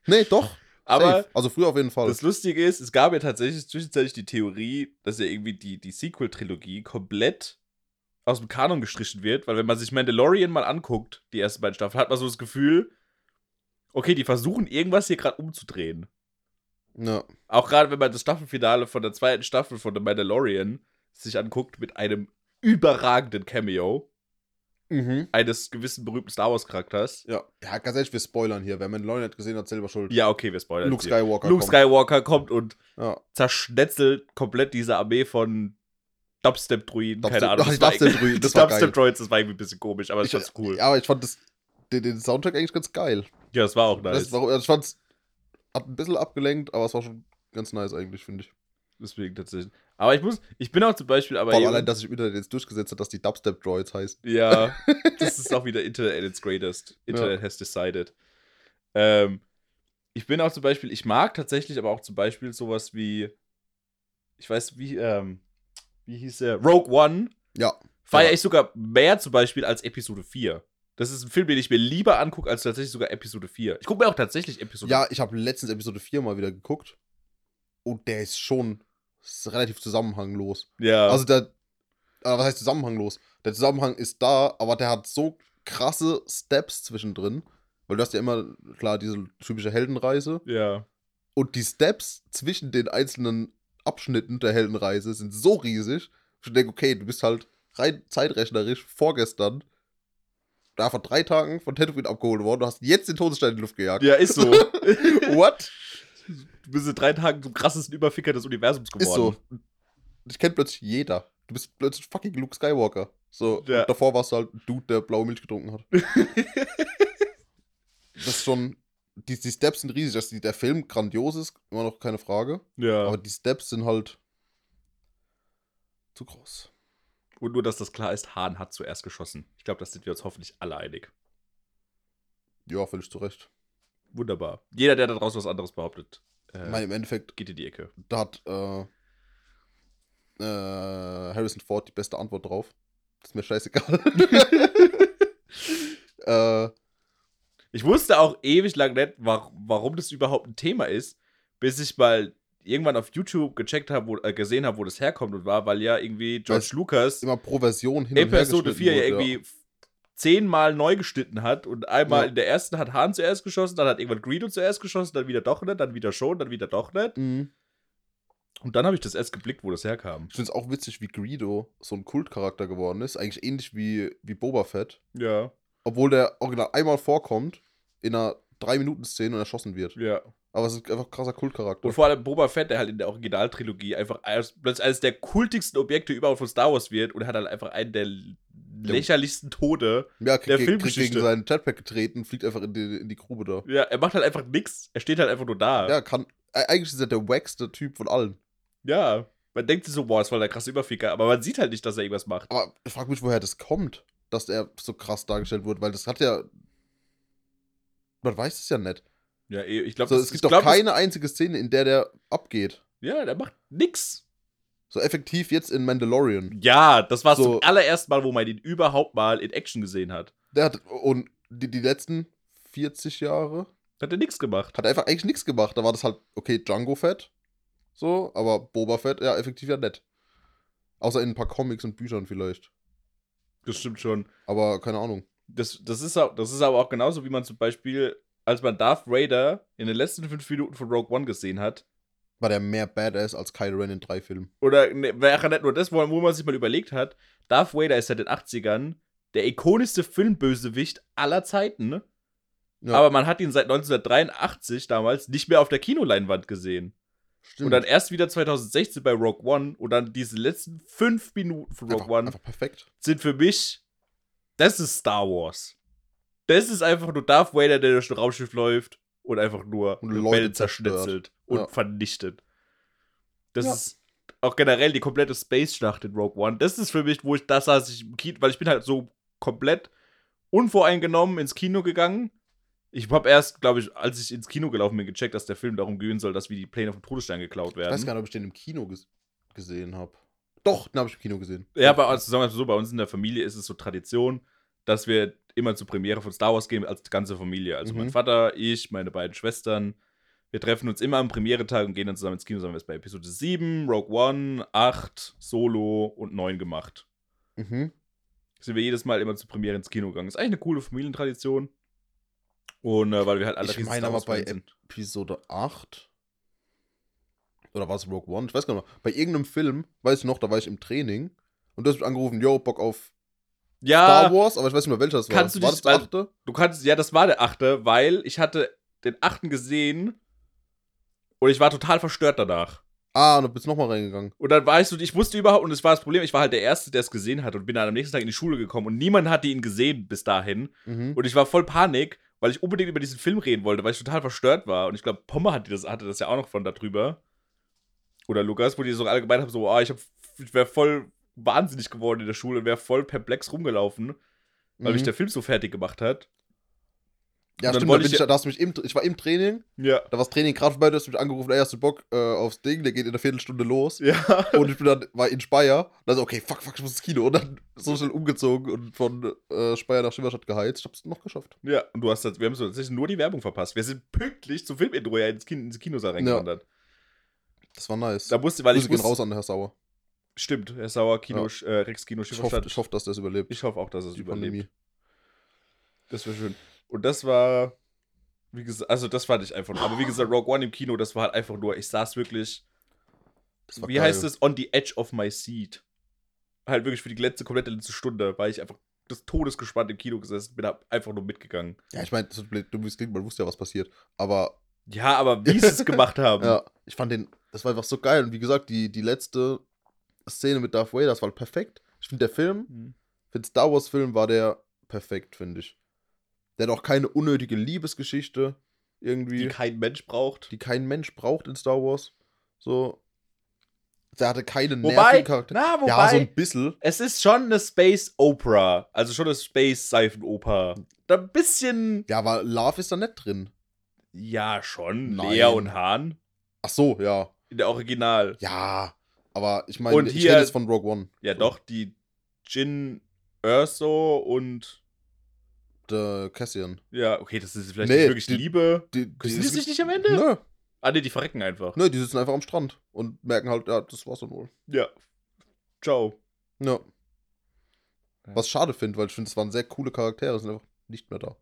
Speaker 1: Nee, doch.
Speaker 2: Aber
Speaker 1: safe. Also früher auf jeden Fall.
Speaker 2: Das Lustige ist, es gab ja tatsächlich zwischenzeitlich die Theorie, dass ja irgendwie die, die Sequel-Trilogie komplett aus dem Kanon gestrichen wird, weil wenn man sich Mandalorian mal anguckt, die ersten beiden Staffeln, hat man so das Gefühl, okay, die versuchen irgendwas hier gerade umzudrehen.
Speaker 1: ja.
Speaker 2: Auch gerade wenn man das Staffelfinale von der zweiten Staffel von The Mandalorian sich anguckt mit einem überragenden Cameo
Speaker 1: Mhm.
Speaker 2: eines gewissen berühmten Star Wars Charakters.
Speaker 1: Ja. ja, ganz ehrlich, wir spoilern hier. Wer Mandalorian nicht gesehen hat, selber schuld.
Speaker 2: Ja, okay, wir spoilern
Speaker 1: Luke
Speaker 2: jetzt hier.
Speaker 1: Skywalker.
Speaker 2: Luke
Speaker 1: kommt.
Speaker 2: Skywalker kommt und
Speaker 1: Ja.
Speaker 2: zerschnetzelt komplett diese Armee von Dubstep-Druiden.
Speaker 1: Dubstep-
Speaker 2: Keine Ahnung.
Speaker 1: (laughs) Ach,
Speaker 2: das
Speaker 1: die
Speaker 2: war-
Speaker 1: Dubstep-Druiden,
Speaker 2: Das
Speaker 1: das war geil.
Speaker 2: Dubstep-Droids, das war irgendwie ein bisschen komisch, aber ich fand's cool.
Speaker 1: Ja, aber ich fand das, den, den Soundtrack eigentlich ganz geil.
Speaker 2: Ja, das war auch nice.
Speaker 1: Das, warum, ich fand's hat ein bisschen abgelenkt, aber es war schon ganz nice eigentlich, finde ich.
Speaker 2: Deswegen tatsächlich. Aber ich muss, ich bin auch zum Beispiel, aber.
Speaker 1: Vor allem
Speaker 2: jemand-
Speaker 1: allein, dass sich im Internet jetzt durchgesetzt hat, dass die Dubstep-Droids heißen.
Speaker 2: Ja, das ist auch wieder Internet at its greatest. Internet has decided. Ähm, ich bin auch zum Beispiel, ich mag tatsächlich aber auch zum Beispiel sowas wie, ich weiß wie, ähm, wie hieß der? Rogue One.
Speaker 1: Ja.
Speaker 2: Feier
Speaker 1: Ja.
Speaker 2: ich sogar mehr zum Beispiel als Episode 4. Das ist ein Film, den ich mir lieber angucke als tatsächlich sogar Episode 4. Ich gucke mir auch tatsächlich Episode
Speaker 1: Ja, ich habe letztens Episode 4 mal wieder geguckt. Und der ist schon ist relativ zusammenhanglos.
Speaker 2: ja.
Speaker 1: Also der. Äh, was heißt zusammenhanglos? Der Zusammenhang ist da, aber der hat so krasse Steps zwischendrin. Weil du hast ja immer, klar, diese typische Heldenreise.
Speaker 2: ja.
Speaker 1: Und die Steps zwischen den einzelnen Abschnitten der Heldenreise sind so riesig, dass ich denke, okay, du bist halt rein zeitrechnerisch vorgestern da vor drei Tagen von Tatooine abgeholt worden, du hast jetzt den Todesstein in die Luft gejagt.
Speaker 2: Ja, ist
Speaker 1: (laughs)
Speaker 2: so.
Speaker 1: What?
Speaker 2: Du bist in drei Tagen zum krassesten Überficker des Universums geworden.
Speaker 1: Ist so. Ich kenne plötzlich jeder. Du bist plötzlich fucking Luke Skywalker. So,
Speaker 2: Ja.
Speaker 1: und davor warst du halt ein Dude, der blaue Milch getrunken
Speaker 2: (laughs)
Speaker 1: hat. das ist schon. Die, die Steps sind riesig, dass die, der Film grandios ist, immer noch keine Frage.
Speaker 2: Ja.
Speaker 1: Aber die Steps sind halt zu groß.
Speaker 2: Und nur, dass das klar ist, Hahn hat zuerst geschossen. Ich glaube, das sind wir uns hoffentlich alle einig.
Speaker 1: Ja, völlig zu Recht.
Speaker 2: Wunderbar. Jeder, der da draußen was anderes behauptet, äh,
Speaker 1: Ich meine, im Endeffekt,
Speaker 2: geht in die Ecke.
Speaker 1: da hat äh, äh, Harrison Ford die beste Antwort drauf. ist mir
Speaker 2: (laughs)
Speaker 1: scheißegal. äh,
Speaker 2: Ich wusste auch ewig lang nicht, wa warum das überhaupt ein Thema ist, bis ich mal irgendwann auf YouTube gecheckt habe, wo- äh, gesehen habe, wo das herkommt und war, weil ja irgendwie George
Speaker 1: Das
Speaker 2: Lucas
Speaker 1: immer pro Version hin und her
Speaker 2: Episode
Speaker 1: geschnitten
Speaker 2: 4 ja
Speaker 1: wurde,
Speaker 2: irgendwie zehnmal neu geschnitten hat und einmal
Speaker 1: Ja.
Speaker 2: in der ersten hat Hahn zuerst geschossen, dann hat irgendwann Greedo zuerst geschossen, dann wieder doch nicht, dann wieder schon, dann wieder doch nicht.
Speaker 1: Mhm.
Speaker 2: Und dann habe ich das erst geblickt, wo das herkam.
Speaker 1: Ich finde es auch witzig, wie Greedo so ein Kultcharakter geworden ist. Eigentlich ähnlich wie, wie Boba Fett.
Speaker 2: Ja,
Speaker 1: Obwohl der original einmal vorkommt in einer 3-Minuten-Szene und erschossen wird.
Speaker 2: ja.
Speaker 1: Aber es ist einfach ein krasser Kultcharakter.
Speaker 2: Und vor allem Boba Fett, der halt in der Originaltrilogie einfach als, plötzlich eines der kultigsten Objekte überhaupt von Star Wars wird und hat halt einfach einen der lächerlichsten Tode.
Speaker 1: Ja, kriegt
Speaker 2: der
Speaker 1: ge- kriegt
Speaker 2: Filmgeschichte.
Speaker 1: gegen seinen Jetpack getreten, fliegt einfach in die, in die Grube da.
Speaker 2: Ja, er macht halt einfach nichts. Er steht halt einfach nur da.
Speaker 1: Ja, kann. e- Eigentlich ist er der wackste Typ von allen.
Speaker 2: Ja. Man denkt sich so, boah, das war der krasse Überficker, aber man sieht halt nicht, dass er irgendwas macht.
Speaker 1: Aber ich frage mich, woher das kommt, dass er so krass dargestellt wird, weil das hat ja. Man weiß es ja nicht.
Speaker 2: Ja, eh, ich glaube,
Speaker 1: So, es gibt doch keine einzige Szene, in der der abgeht.
Speaker 2: Ja, der macht nix.
Speaker 1: So effektiv jetzt in Mandalorian.
Speaker 2: Ja, das war
Speaker 1: So.
Speaker 2: zum allerersten Mal, wo man ihn überhaupt mal in Action gesehen hat.
Speaker 1: Der hat, und die, die letzten 40 Jahre
Speaker 2: Da Hat er nichts gemacht.
Speaker 1: hat er einfach eigentlich nichts gemacht. Da war das halt, okay, Django Fett, so, aber Boba Fett, ja, effektiv ja nett. Außer in ein paar Comics und Büchern vielleicht.
Speaker 2: Das stimmt schon.
Speaker 1: Aber keine Ahnung.
Speaker 2: das, das, ist, au- das ist aber auch genauso, wie man zum Beispiel, als man Darth Vader in den letzten fünf Minuten von Rogue One gesehen hat,
Speaker 1: War der mehr Badass als Kylo Ren in drei Filmen.
Speaker 2: oder ne, wäre nicht nur das, wo, wo man sich mal überlegt hat, Darth Vader ist seit den 80ern der ikonischste Filmbösewicht aller Zeiten, ne?
Speaker 1: Ja,
Speaker 2: aber man hat ihn seit 1983 damals nicht mehr auf der Kinoleinwand gesehen.
Speaker 1: stimmt.
Speaker 2: Und dann erst wieder 2016 bei Rogue One und dann diese letzten fünf Minuten von Rogue
Speaker 1: einfach,
Speaker 2: One
Speaker 1: einfach perfekt.
Speaker 2: sind für mich, das ist Star Wars. Das ist einfach nur Darth Vader, der durch ein Raumschiff läuft und einfach nur
Speaker 1: Und
Speaker 2: Rebellen
Speaker 1: Leute zerstört.
Speaker 2: zerschnitzelt und
Speaker 1: Ja.
Speaker 2: vernichtet. Das
Speaker 1: Ja.
Speaker 2: ist auch generell die komplette Space-Schlacht in Rogue One. Das ist für mich, wo ich das saß, ich im Kino, weil ich bin halt so komplett unvoreingenommen ins Kino gegangen. Ich habe erst, glaube ich, als ich ins Kino gelaufen bin, gecheckt, dass der Film darum gehen soll, dass wie die Pläne vom Todesstern geklaut
Speaker 1: Ich
Speaker 2: werden.
Speaker 1: weiß gar nicht, ob ich den im Kino ges gesehen habe. Doch, den habe ich im Kino gesehen.
Speaker 2: Ja, bei uns, sagen wir es mal so, bei uns in der Familie ist es so Tradition, dass wir immer zur Premiere von Star Wars gehen als ganze Familie. Also mein
Speaker 1: Mhm.
Speaker 2: Vater, ich, meine beiden Schwestern. Wir treffen uns immer am Premieretag und gehen dann zusammen ins Kino. So haben wir es bei Episode 7, Rogue One, 8, Solo und 9 gemacht.
Speaker 1: Mhm.
Speaker 2: Sind wir jedes Mal immer zur Premiere ins Kino gegangen. Ist eigentlich eine coole Familientradition. Und äh, weil wir halt alle
Speaker 1: Ich
Speaker 2: riesen
Speaker 1: meine
Speaker 2: Star
Speaker 1: aber
Speaker 2: Wars-Fans
Speaker 1: bei Episode 8. Oder war es Rogue One? Ich weiß gar nicht mehr. Bei irgendeinem Film, weiß ich noch, da war ich im Training. Und du hast mich angerufen, yo, Bock auf
Speaker 2: Ja,
Speaker 1: Star Wars, aber ich weiß nicht mehr, welcher das war.
Speaker 2: Ah. Kannst du
Speaker 1: war
Speaker 2: dich-
Speaker 1: das der achte?
Speaker 2: Du kannst, ja, das war der achte, weil ich hatte den achten gesehen und ich war total verstört danach.
Speaker 1: Ah, und du bist nochmal reingegangen.
Speaker 2: Und dann weißt du, ich wusste überhaupt, und es war das Problem, ich war halt der Erste, der es gesehen hat und bin dann am nächsten Tag in die Schule gekommen und niemand hatte ihn gesehen bis dahin.
Speaker 1: Mhm.
Speaker 2: Und ich war voll Panik, weil ich unbedingt über diesen Film reden wollte, weil ich total verstört war. Und ich glaube, Pommer hatte das, hatte das ja auch noch von darüber. Oder Lukas, wo die so alle gemeint haben, so, ah, ich, hab- ich wäre voll wahnsinnig geworden in der Mhm. Schule, wäre voll perplex rumgelaufen weil mich der Film so fertig gemacht hat.
Speaker 1: Mhm. Ja,
Speaker 2: dann
Speaker 1: stimmt, da,
Speaker 2: wollte
Speaker 1: bin
Speaker 2: ich
Speaker 1: ich, da hast du mich im, ich war im Training,
Speaker 2: Ja.
Speaker 1: da war das Training gerade vorbei, du hast mich angerufen, ey, hast du Bock äh, aufs Ding, der geht in einer Viertelstunde los.
Speaker 2: Ja. (laughs)
Speaker 1: Und ich bin dann, war in Speyer, und dann so, okay, fuck, fuck, ich muss ins Kino. Und dann so schnell umgezogen und von äh, Speyer nach Schimmerstadt geheizt. Ich hab's noch geschafft.
Speaker 2: Ja, und du hast das, wir haben so tatsächlich nur die Werbung verpasst. Wir sind pünktlich zum Filmintro ja ins, Kin ins Kinosaal reingewandert.
Speaker 1: Das war nice.
Speaker 2: Da musste, weil
Speaker 1: Grüße
Speaker 2: ich genau
Speaker 1: gehen
Speaker 2: wusste,
Speaker 1: raus an Herr Sauer.
Speaker 2: Stimmt, Herr Sauer, Kino, äh, Rex Kino
Speaker 1: Ich hoffe,
Speaker 2: Schifferstadt.
Speaker 1: ich hoffe, dass der es überlebt. Also
Speaker 2: Ich hoffe auch, dass es
Speaker 1: die
Speaker 2: überlebt.
Speaker 1: Pandemie.
Speaker 2: Das wäre schön. Und das war, wie gesagt, also das fand ich einfach. Aber wie gesagt, Rogue One im Kino, das war halt einfach nur, ich saß wirklich,
Speaker 1: Das war
Speaker 2: wie
Speaker 1: geil.
Speaker 2: heißt es, on the edge of my seat. Halt wirklich für die letzte, komplette letzte Stunde, weil ich einfach des Todes gespannt im Kino gesessen bin, hab einfach nur mitgegangen.
Speaker 1: Ja, ich meine, so blöd, dumm wie es klingt, man wusste ja, was passiert. Aber
Speaker 2: Ja, aber wie
Speaker 1: (laughs)
Speaker 2: sie es gemacht haben.
Speaker 1: ja, ich fand den, das war einfach so geil. Und wie gesagt, die, die letzte Szene mit Darth Vader, das war perfekt. Ich finde, der Film,
Speaker 2: Mhm.
Speaker 1: für den Star Wars-Film war der perfekt, finde ich. Der hat auch keine unnötige Liebesgeschichte irgendwie.
Speaker 2: Die kein Mensch braucht.
Speaker 1: die kein Mensch braucht in Star Wars. So. Der hatte keine
Speaker 2: wobei,
Speaker 1: nervigen Charaktere.
Speaker 2: na, wobei,
Speaker 1: Ja, so ein bisschen.
Speaker 2: es ist schon eine Space Opera. Also schon eine Space Seifenoper. Da ein bisschen,
Speaker 1: Ja, aber Love ist da nicht drin.
Speaker 2: ja, schon.
Speaker 1: Nein.
Speaker 2: Lea und Hahn.
Speaker 1: Ach so, ja.
Speaker 2: In der Original.
Speaker 1: Ja. Aber ich meine,
Speaker 2: Und
Speaker 1: ich
Speaker 2: hier-
Speaker 1: rede jetzt von Rogue One.
Speaker 2: Ja, doch, die Jin Erso und.
Speaker 1: Der Cassian.
Speaker 2: Ja, okay, das ist vielleicht
Speaker 1: Nee,
Speaker 2: nicht wirklich
Speaker 1: die-
Speaker 2: Liebe.
Speaker 1: Die,
Speaker 2: Küssen die sich nicht am Ende?
Speaker 1: Nö.
Speaker 2: Ah, ne, die verrecken einfach.
Speaker 1: Nö, die sitzen einfach am Strand und merken halt, ja, das war's dann wohl.
Speaker 2: Ja. Ciao.
Speaker 1: Ja.
Speaker 2: Ja.
Speaker 1: Was ich schade finde, weil ich finde, es waren sehr coole Charaktere, sind einfach nicht mehr da.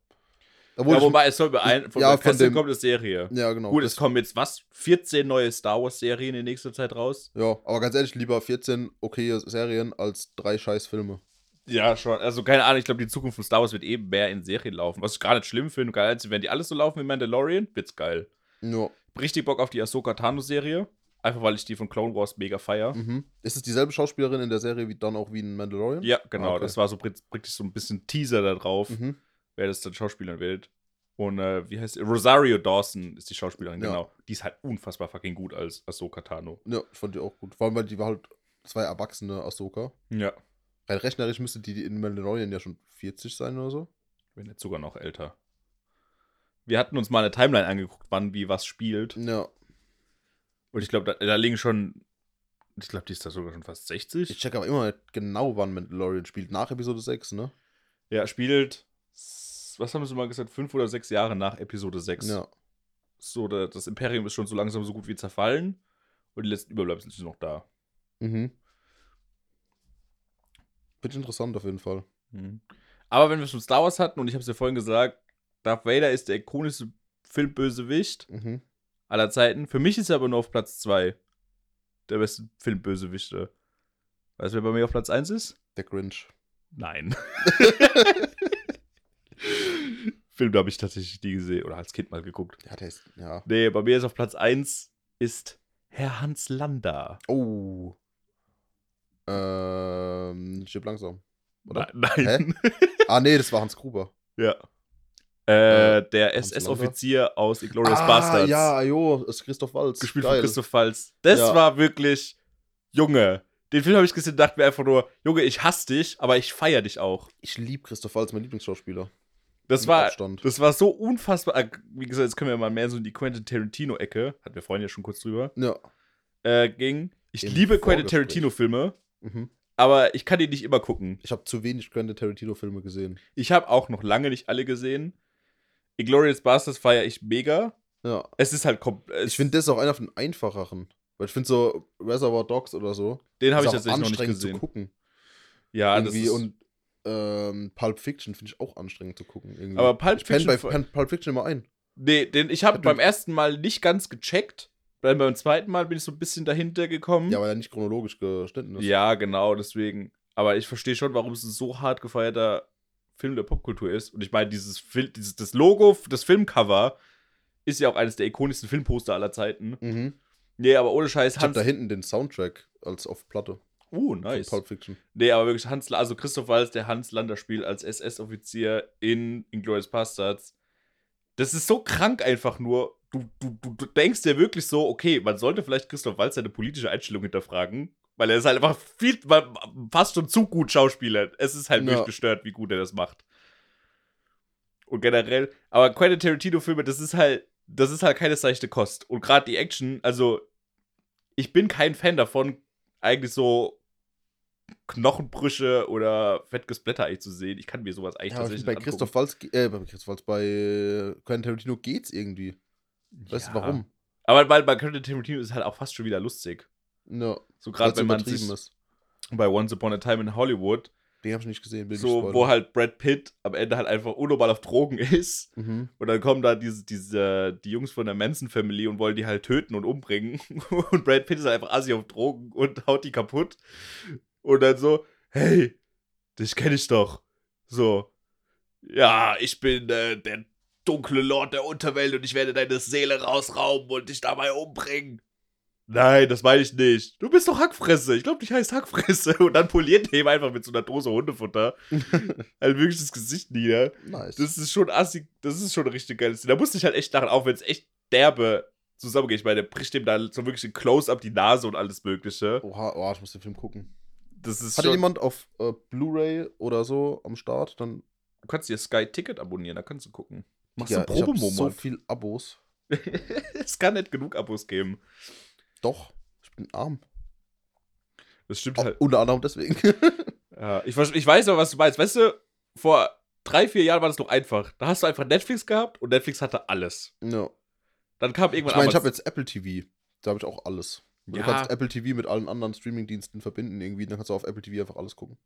Speaker 1: Obwohl
Speaker 2: Ja,
Speaker 1: ich,
Speaker 2: wobei, es soll mir ein. Von
Speaker 1: Ja,
Speaker 2: ja,
Speaker 1: von dem-
Speaker 2: kommt eine Serie.
Speaker 1: ja, genau.
Speaker 2: Gut, es kommen jetzt was? 14 neue Star Wars-Serien in nächster Zeit raus?
Speaker 1: ja, aber ganz ehrlich, lieber 14 okay Serien als drei scheiß Filme.
Speaker 2: Ja, schon. Also, keine Ahnung, ich glaube, die Zukunft von Star Wars wird eben mehr in Serien laufen. Was ich gar nicht schlimm finde. Geil, also, wenn die alles so laufen wie Mandalorian, wird's geil.
Speaker 1: Ja.
Speaker 2: Richtig Bock auf die Ahsoka Tano-Serie. Einfach weil ich die von Clone Wars mega feier.
Speaker 1: Mhm. Ist es dieselbe Schauspielerin in der Serie wie dann auch wie in Mandalorian?
Speaker 2: Ja, genau.
Speaker 1: Ah, okay.
Speaker 2: Das war so pr- praktisch so ein bisschen Teaser da drauf,
Speaker 1: Mhm.
Speaker 2: wer das dann Schauspielern wird. Und äh, wie heißt sie? Rosario Dawson ist die Schauspielerin,
Speaker 1: Ja.
Speaker 2: genau. Die ist halt unfassbar fucking gut als Ahsoka Tano.
Speaker 1: Ja, ich fand die auch gut. Vor allem, weil die war halt zwei erwachsene Ahsoka.
Speaker 2: Ja.
Speaker 1: Rein rechnerisch müsste die in Mandalorian ja schon 40 sein oder so.
Speaker 2: Wenn jetzt sogar noch älter. Wir hatten uns mal eine Timeline angeguckt, wann wie was spielt.
Speaker 1: Ja.
Speaker 2: Und ich glaube, da, da liegen schon. Ich glaube, die ist da sogar schon fast 60.
Speaker 1: Ich check aber immer nicht genau, wann Mandalorian spielt. Nach Episode 6, ne?
Speaker 2: ja, spielt. s- Was haben sie mal gesagt? Fünf oder sechs Jahre nach Episode 6.
Speaker 1: Ja.
Speaker 2: So, da, das Imperium ist schon so langsam so gut wie zerfallen. Und die letzten Überbleibsel sind noch da.
Speaker 1: Mhm. Finde ich interessant auf jeden Fall.
Speaker 2: Mhm. Aber wenn wir es von Star Wars hatten, und ich habe es ja vorhin gesagt, Darth Vader ist der ikonischste Filmbösewicht
Speaker 1: Mhm.
Speaker 2: aller Zeiten. Für mich ist er aber nur auf Platz 2 der beste Filmbösewichte. Weißt du, wer bei mir auf Platz 1 ist?
Speaker 1: Der Grinch.
Speaker 2: (laughs) Nein. Film, da habe ich tatsächlich nie gesehen oder als Kind mal geguckt.
Speaker 1: Ja, der ist. Ja.
Speaker 2: Nee, bei mir ist auf Platz 1 ist Herr Hans Landa.
Speaker 1: Oh. Ähm, stirb langsam. Oder?
Speaker 2: Nein.
Speaker 1: Ah, nee, das war Hans Gruber.
Speaker 2: (laughs) Ja. Äh, der
Speaker 1: Hans
Speaker 2: SS-Offizier aus Inglourious
Speaker 1: ah,
Speaker 2: Bastards.
Speaker 1: ja, jo, ist Christoph Waltz.
Speaker 2: gespielt
Speaker 1: Geil.
Speaker 2: von Christoph Waltz. Das
Speaker 1: Ja.
Speaker 2: war wirklich Junge. Den Film habe ich gesehen, dachte mir einfach nur, Junge, ich hasse dich, aber ich feiere dich auch.
Speaker 1: Ich liebe Christoph Waltz, mein Lieblingsschauspieler.
Speaker 2: Das
Speaker 1: Mit
Speaker 2: war,
Speaker 1: Abstand.
Speaker 2: das war so unfassbar. äh, Wie gesagt, jetzt können wir mal mehr so in die Quentin Tarantino-Ecke, hatten wir vorhin ja schon kurz drüber,
Speaker 1: Ja.
Speaker 2: äh, ging. Ich
Speaker 1: Im
Speaker 2: liebe Quentin
Speaker 1: Vorgespräch.
Speaker 2: Tarantino-Filme,
Speaker 1: Mhm.
Speaker 2: aber ich kann die nicht immer gucken.
Speaker 1: Ich habe zu wenig Quentin Tarantino-Filme gesehen.
Speaker 2: Ich habe auch noch lange nicht alle gesehen. Inglourious Basterds feiere ich mega.
Speaker 1: Ja.
Speaker 2: Es ist halt komplett.
Speaker 1: Ich finde, das ist auch einer von den einfacheren. Weil ich finde so Reservoir Dogs oder so.
Speaker 2: den
Speaker 1: ist
Speaker 2: habe ich
Speaker 1: auch
Speaker 2: tatsächlich noch nicht
Speaker 1: anstrengend zu
Speaker 2: gesehen.
Speaker 1: gucken.
Speaker 2: Ja, Ah, das
Speaker 1: irgendwie.
Speaker 2: ist,
Speaker 1: Und ähm, Pulp Fiction finde ich auch anstrengend zu gucken. Irgendwie.
Speaker 2: aber Pulp
Speaker 1: ich penne bei
Speaker 2: Fiction
Speaker 1: penne Pulp Fiction immer ein.
Speaker 2: Nee, den, ich habe
Speaker 1: Hat du-
Speaker 2: beim ersten Mal nicht ganz gecheckt. Dann beim zweiten Mal bin ich so ein bisschen dahinter gekommen.
Speaker 1: Ja,
Speaker 2: Ja,
Speaker 1: weil er nicht chronologisch geschnitten ist.
Speaker 2: genau, deswegen. Aber ich verstehe schon, warum es ein so hart gefeierter Film der Popkultur ist. Und ich meine, dieses, Fil dieses das Logo, das Filmcover ist ja auch eines der ikonischsten Filmposter aller Zeiten.
Speaker 1: Mhm.
Speaker 2: Nee, aber ohne Scheiß
Speaker 1: Ich habe
Speaker 2: Hans.
Speaker 1: da hinten den Soundtrack als auf Platte.
Speaker 2: Uh,
Speaker 1: von
Speaker 2: nice.
Speaker 1: Pulp Fiction.
Speaker 2: Nee, aber wirklich Hans, also Christoph Waltz, der Hans Lander spielt als SS-Offizier in Inglourious Bastards. Das ist so krank einfach nur. Du, du, du, du denkst dir wirklich so, okay, man sollte vielleicht Christoph Waltz seine politische Einstellung hinterfragen, weil er ist halt einfach viel, weil- fast schon zu gut Schauspieler. Es ist halt
Speaker 1: Ja.
Speaker 2: wirklich gestört, wie gut er das macht. und generell. Aber Quentin Tarantino-Filme, das ist halt, das ist halt keine seichte Kost. Und gerade die Action, also ich bin kein Fan davon, eigentlich so Knochenbrüche oder Fettgesblätter eigentlich zu sehen. Ich kann mir sowas eigentlich
Speaker 1: Ja, aber ich
Speaker 2: tatsächlich
Speaker 1: find, bei
Speaker 2: nicht angucken.
Speaker 1: Christoph Waltz, ge- äh, bei Christoph Waltz, bei äh, Quentin Tarantino geht's irgendwie. Weißt
Speaker 2: Ja.
Speaker 1: du warum?
Speaker 2: Aber bei, bei Quentin Tarantino ist es halt auch fast schon wieder lustig.
Speaker 1: Ja,
Speaker 2: So
Speaker 1: Ne,
Speaker 2: gerade
Speaker 1: weil's
Speaker 2: wenn man
Speaker 1: übertrieben
Speaker 2: sich
Speaker 1: ist.
Speaker 2: bei Once Upon a Time in Hollywood,
Speaker 1: Den hab ich nicht gesehen, bin ich
Speaker 2: so
Speaker 1: gespoilert.
Speaker 2: wo halt Brad Pitt am Ende halt einfach unnormal auf Drogen (laughs) ist
Speaker 1: Mhm.
Speaker 2: und dann kommen da diese, diese die Jungs von der Manson Family und wollen die halt töten und umbringen (laughs) und Brad Pitt ist halt einfach assi auf Drogen und haut die kaputt und dann so hey, dich kenne ich doch. So ja, ich bin äh, der dunkle Lord der Unterwelt und ich werde deine Seele rausrauben und dich dabei umbringen. Nein, das meine ich nicht. Du bist doch Hackfresse. Ich glaube, dich heißt Hackfresse. (laughs) Und dann poliert der ihm einfach mit so einer Dose Hundefutter ein wirkliches Gesicht nieder.
Speaker 1: Nice.
Speaker 2: Das ist schon assig, das ist schon eine richtig geile Szene. Da musste ich halt echt lachen, auch wenn es echt derbe zusammengeht. Ich meine, der bricht dem da so wirklich ein Close-Up die Nase und alles Mögliche.
Speaker 1: Oha, oh, ich muss den Film gucken.
Speaker 2: Das ist
Speaker 1: Hat
Speaker 2: schon,
Speaker 1: jemand auf äh, Blu-ray oder so am Start? Dann
Speaker 2: du kannst dir Sky Ticket abonnieren, da kannst du gucken. Machst
Speaker 1: Digga,
Speaker 2: du
Speaker 1: ich hab
Speaker 2: Probemoment.
Speaker 1: so viel Abos.
Speaker 2: (laughs) es kann nicht genug Abos geben.
Speaker 1: Doch, ich bin arm.
Speaker 2: Das stimmt
Speaker 1: Au-
Speaker 2: halt.
Speaker 1: unter anderem
Speaker 2: (laughs)
Speaker 1: deswegen.
Speaker 2: Ja, ich, ver- ich weiß aber, was du meinst. Weißt du, vor drei, vier Jahren war das noch einfach. Da hast du einfach Netflix gehabt und Netflix hatte alles.
Speaker 1: ja.
Speaker 2: Dann kam
Speaker 1: Ich
Speaker 2: irgendwann
Speaker 1: meine, ich
Speaker 2: Amazon-
Speaker 1: habe jetzt Apple TV. Da habe ich auch alles. Und
Speaker 2: Ja.
Speaker 1: Du kannst Apple TV mit allen anderen Streaming-Diensten verbinden irgendwie. Dann kannst du auf Apple TV einfach alles gucken.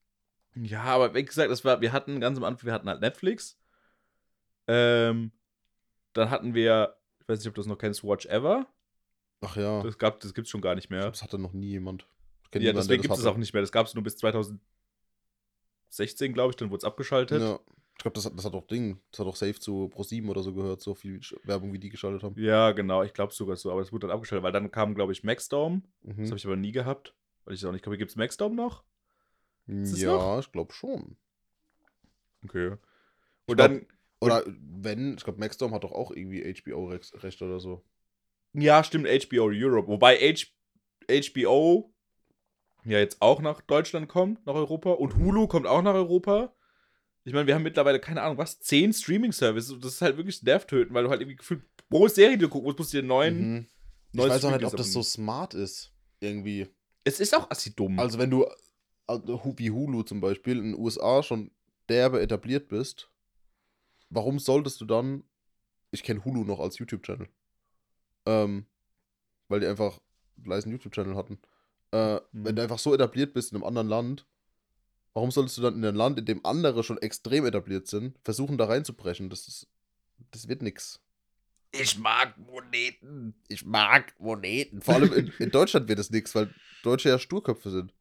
Speaker 2: Ja, aber wie gesagt, das war, wir hatten ganz am Anfang, wir hatten halt Netflix. Ähm, dann hatten wir, ich weiß nicht, ob du das noch kennst, Watch Ever.
Speaker 1: Ach ja.
Speaker 2: Das, gab, das gibt's schon gar nicht
Speaker 1: Ich glaub,
Speaker 2: mehr.
Speaker 1: Das hatte noch nie jemand. Ich kenn
Speaker 2: Ja,
Speaker 1: niemanden,
Speaker 2: deswegen
Speaker 1: der
Speaker 2: gibt es
Speaker 1: hatte.
Speaker 2: auch nicht mehr. Das gab es nur bis 2016, glaube ich, dann wurde es abgeschaltet. Ja.
Speaker 1: Ja. Ich glaube, das, hat- das hat auch Ding. Das hat auch safe zu Pro7 oder so gehört, so viel Sch- Werbung, wie die geschaltet haben.
Speaker 2: genau, ich glaube sogar so, aber es wurde dann abgeschaltet, weil dann kam, glaube ich, Maxdome. Das habe ich aber nie gehabt, weil ich es auch nicht glaube, gibt es Maxdome noch?
Speaker 1: Mhm.
Speaker 2: es
Speaker 1: Ja, ich glaube schon.
Speaker 2: Okay. Und
Speaker 1: glaub-
Speaker 2: dann,
Speaker 1: Oder wenn, ich glaube, Maxdom hat doch auch irgendwie HBO-Rechte oder so.
Speaker 2: ja, stimmt, HBO Europe. Wobei H HBO ja jetzt auch nach Deutschland kommt, nach Europa. Und Hulu kommt auch nach Europa. Ich meine, wir haben mittlerweile, keine Ahnung, was, zehn Streaming-Services. Und Das ist halt wirklich nervtötend, weil du halt irgendwie gefühlt pro Serie, die du gucken musst, musst du dir neuen.
Speaker 1: Mhm. Ich
Speaker 2: neues
Speaker 1: weiß auch nicht,
Speaker 2: Streaming-
Speaker 1: ob das so smart ist. Irgendwie.
Speaker 2: Es ist auch assi dumm.
Speaker 1: Also, wenn du also hu- wie Hulu zum Beispiel in den USA schon derbe etabliert bist, warum solltest du dann. Ich kenne Hulu noch als YouTube-Channel. Ähm, weil die einfach einen leisen YouTube-Channel hatten. Äh,
Speaker 2: Mhm.
Speaker 1: Wenn du einfach so etabliert bist in einem anderen Land, warum solltest du dann in einem Land, in dem andere schon extrem etabliert sind, versuchen da reinzubrechen? Das ist. Das wird nix.
Speaker 2: ich mag Moneten.
Speaker 1: Ich mag Moneten. Vor allem in, in Deutschland wird es nichts, weil Deutsche ja Sturköpfe sind.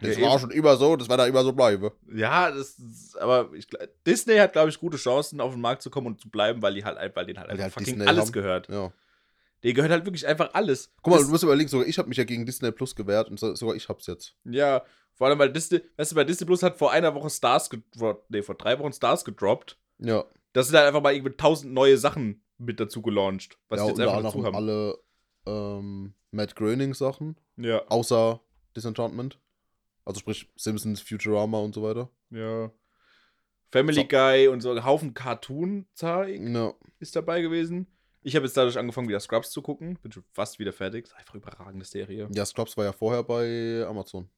Speaker 1: Das
Speaker 2: Ja,
Speaker 1: war
Speaker 2: eben.
Speaker 1: schon immer so, das wird da immer so bleiben.
Speaker 2: (laughs) Ja, das ist, aber ich, gl- Disney hat, glaube ich, gute Chancen, auf den Markt zu kommen und zu bleiben, weil die halt einfach, weil denen halt
Speaker 1: Weil die
Speaker 2: einfach
Speaker 1: halt
Speaker 2: fucking
Speaker 1: Disney
Speaker 2: alles
Speaker 1: haben.
Speaker 2: gehört.
Speaker 1: Ja.
Speaker 2: Denen gehört halt wirklich einfach alles.
Speaker 1: Guck mal,
Speaker 2: Das-
Speaker 1: du musst überlegen, sogar ich habe mich ja gegen Disney Plus gewehrt und so- sogar ich hab's jetzt.
Speaker 2: Ja, vor allem, weil Disney, weißt du, bei Disney Plus hat vor einer Woche Stars gedroppt, nee, vor drei Wochen Stars gedroppt.
Speaker 1: Ja,
Speaker 2: Das sind halt einfach mal irgendwie tausend neue Sachen mit dazu gelauncht, was
Speaker 1: ja
Speaker 2: ja, jetzt
Speaker 1: unter
Speaker 2: einfach dazu
Speaker 1: anderem
Speaker 2: haben.
Speaker 1: alle ähm, Matt Groening-Sachen,
Speaker 2: Ja,
Speaker 1: außer Disenchantment. Also sprich Simpsons, Futurama und so weiter.
Speaker 2: ja. Family
Speaker 1: So.
Speaker 2: Guy und so ein Haufen Cartoon-Zeug
Speaker 1: Ja.
Speaker 2: ist dabei gewesen. Ich habe jetzt dadurch angefangen, wieder Scrubs zu gucken. Bin schon fast wieder fertig. Ist einfach überragende Serie.
Speaker 1: ja, Scrubs war ja vorher bei Amazon.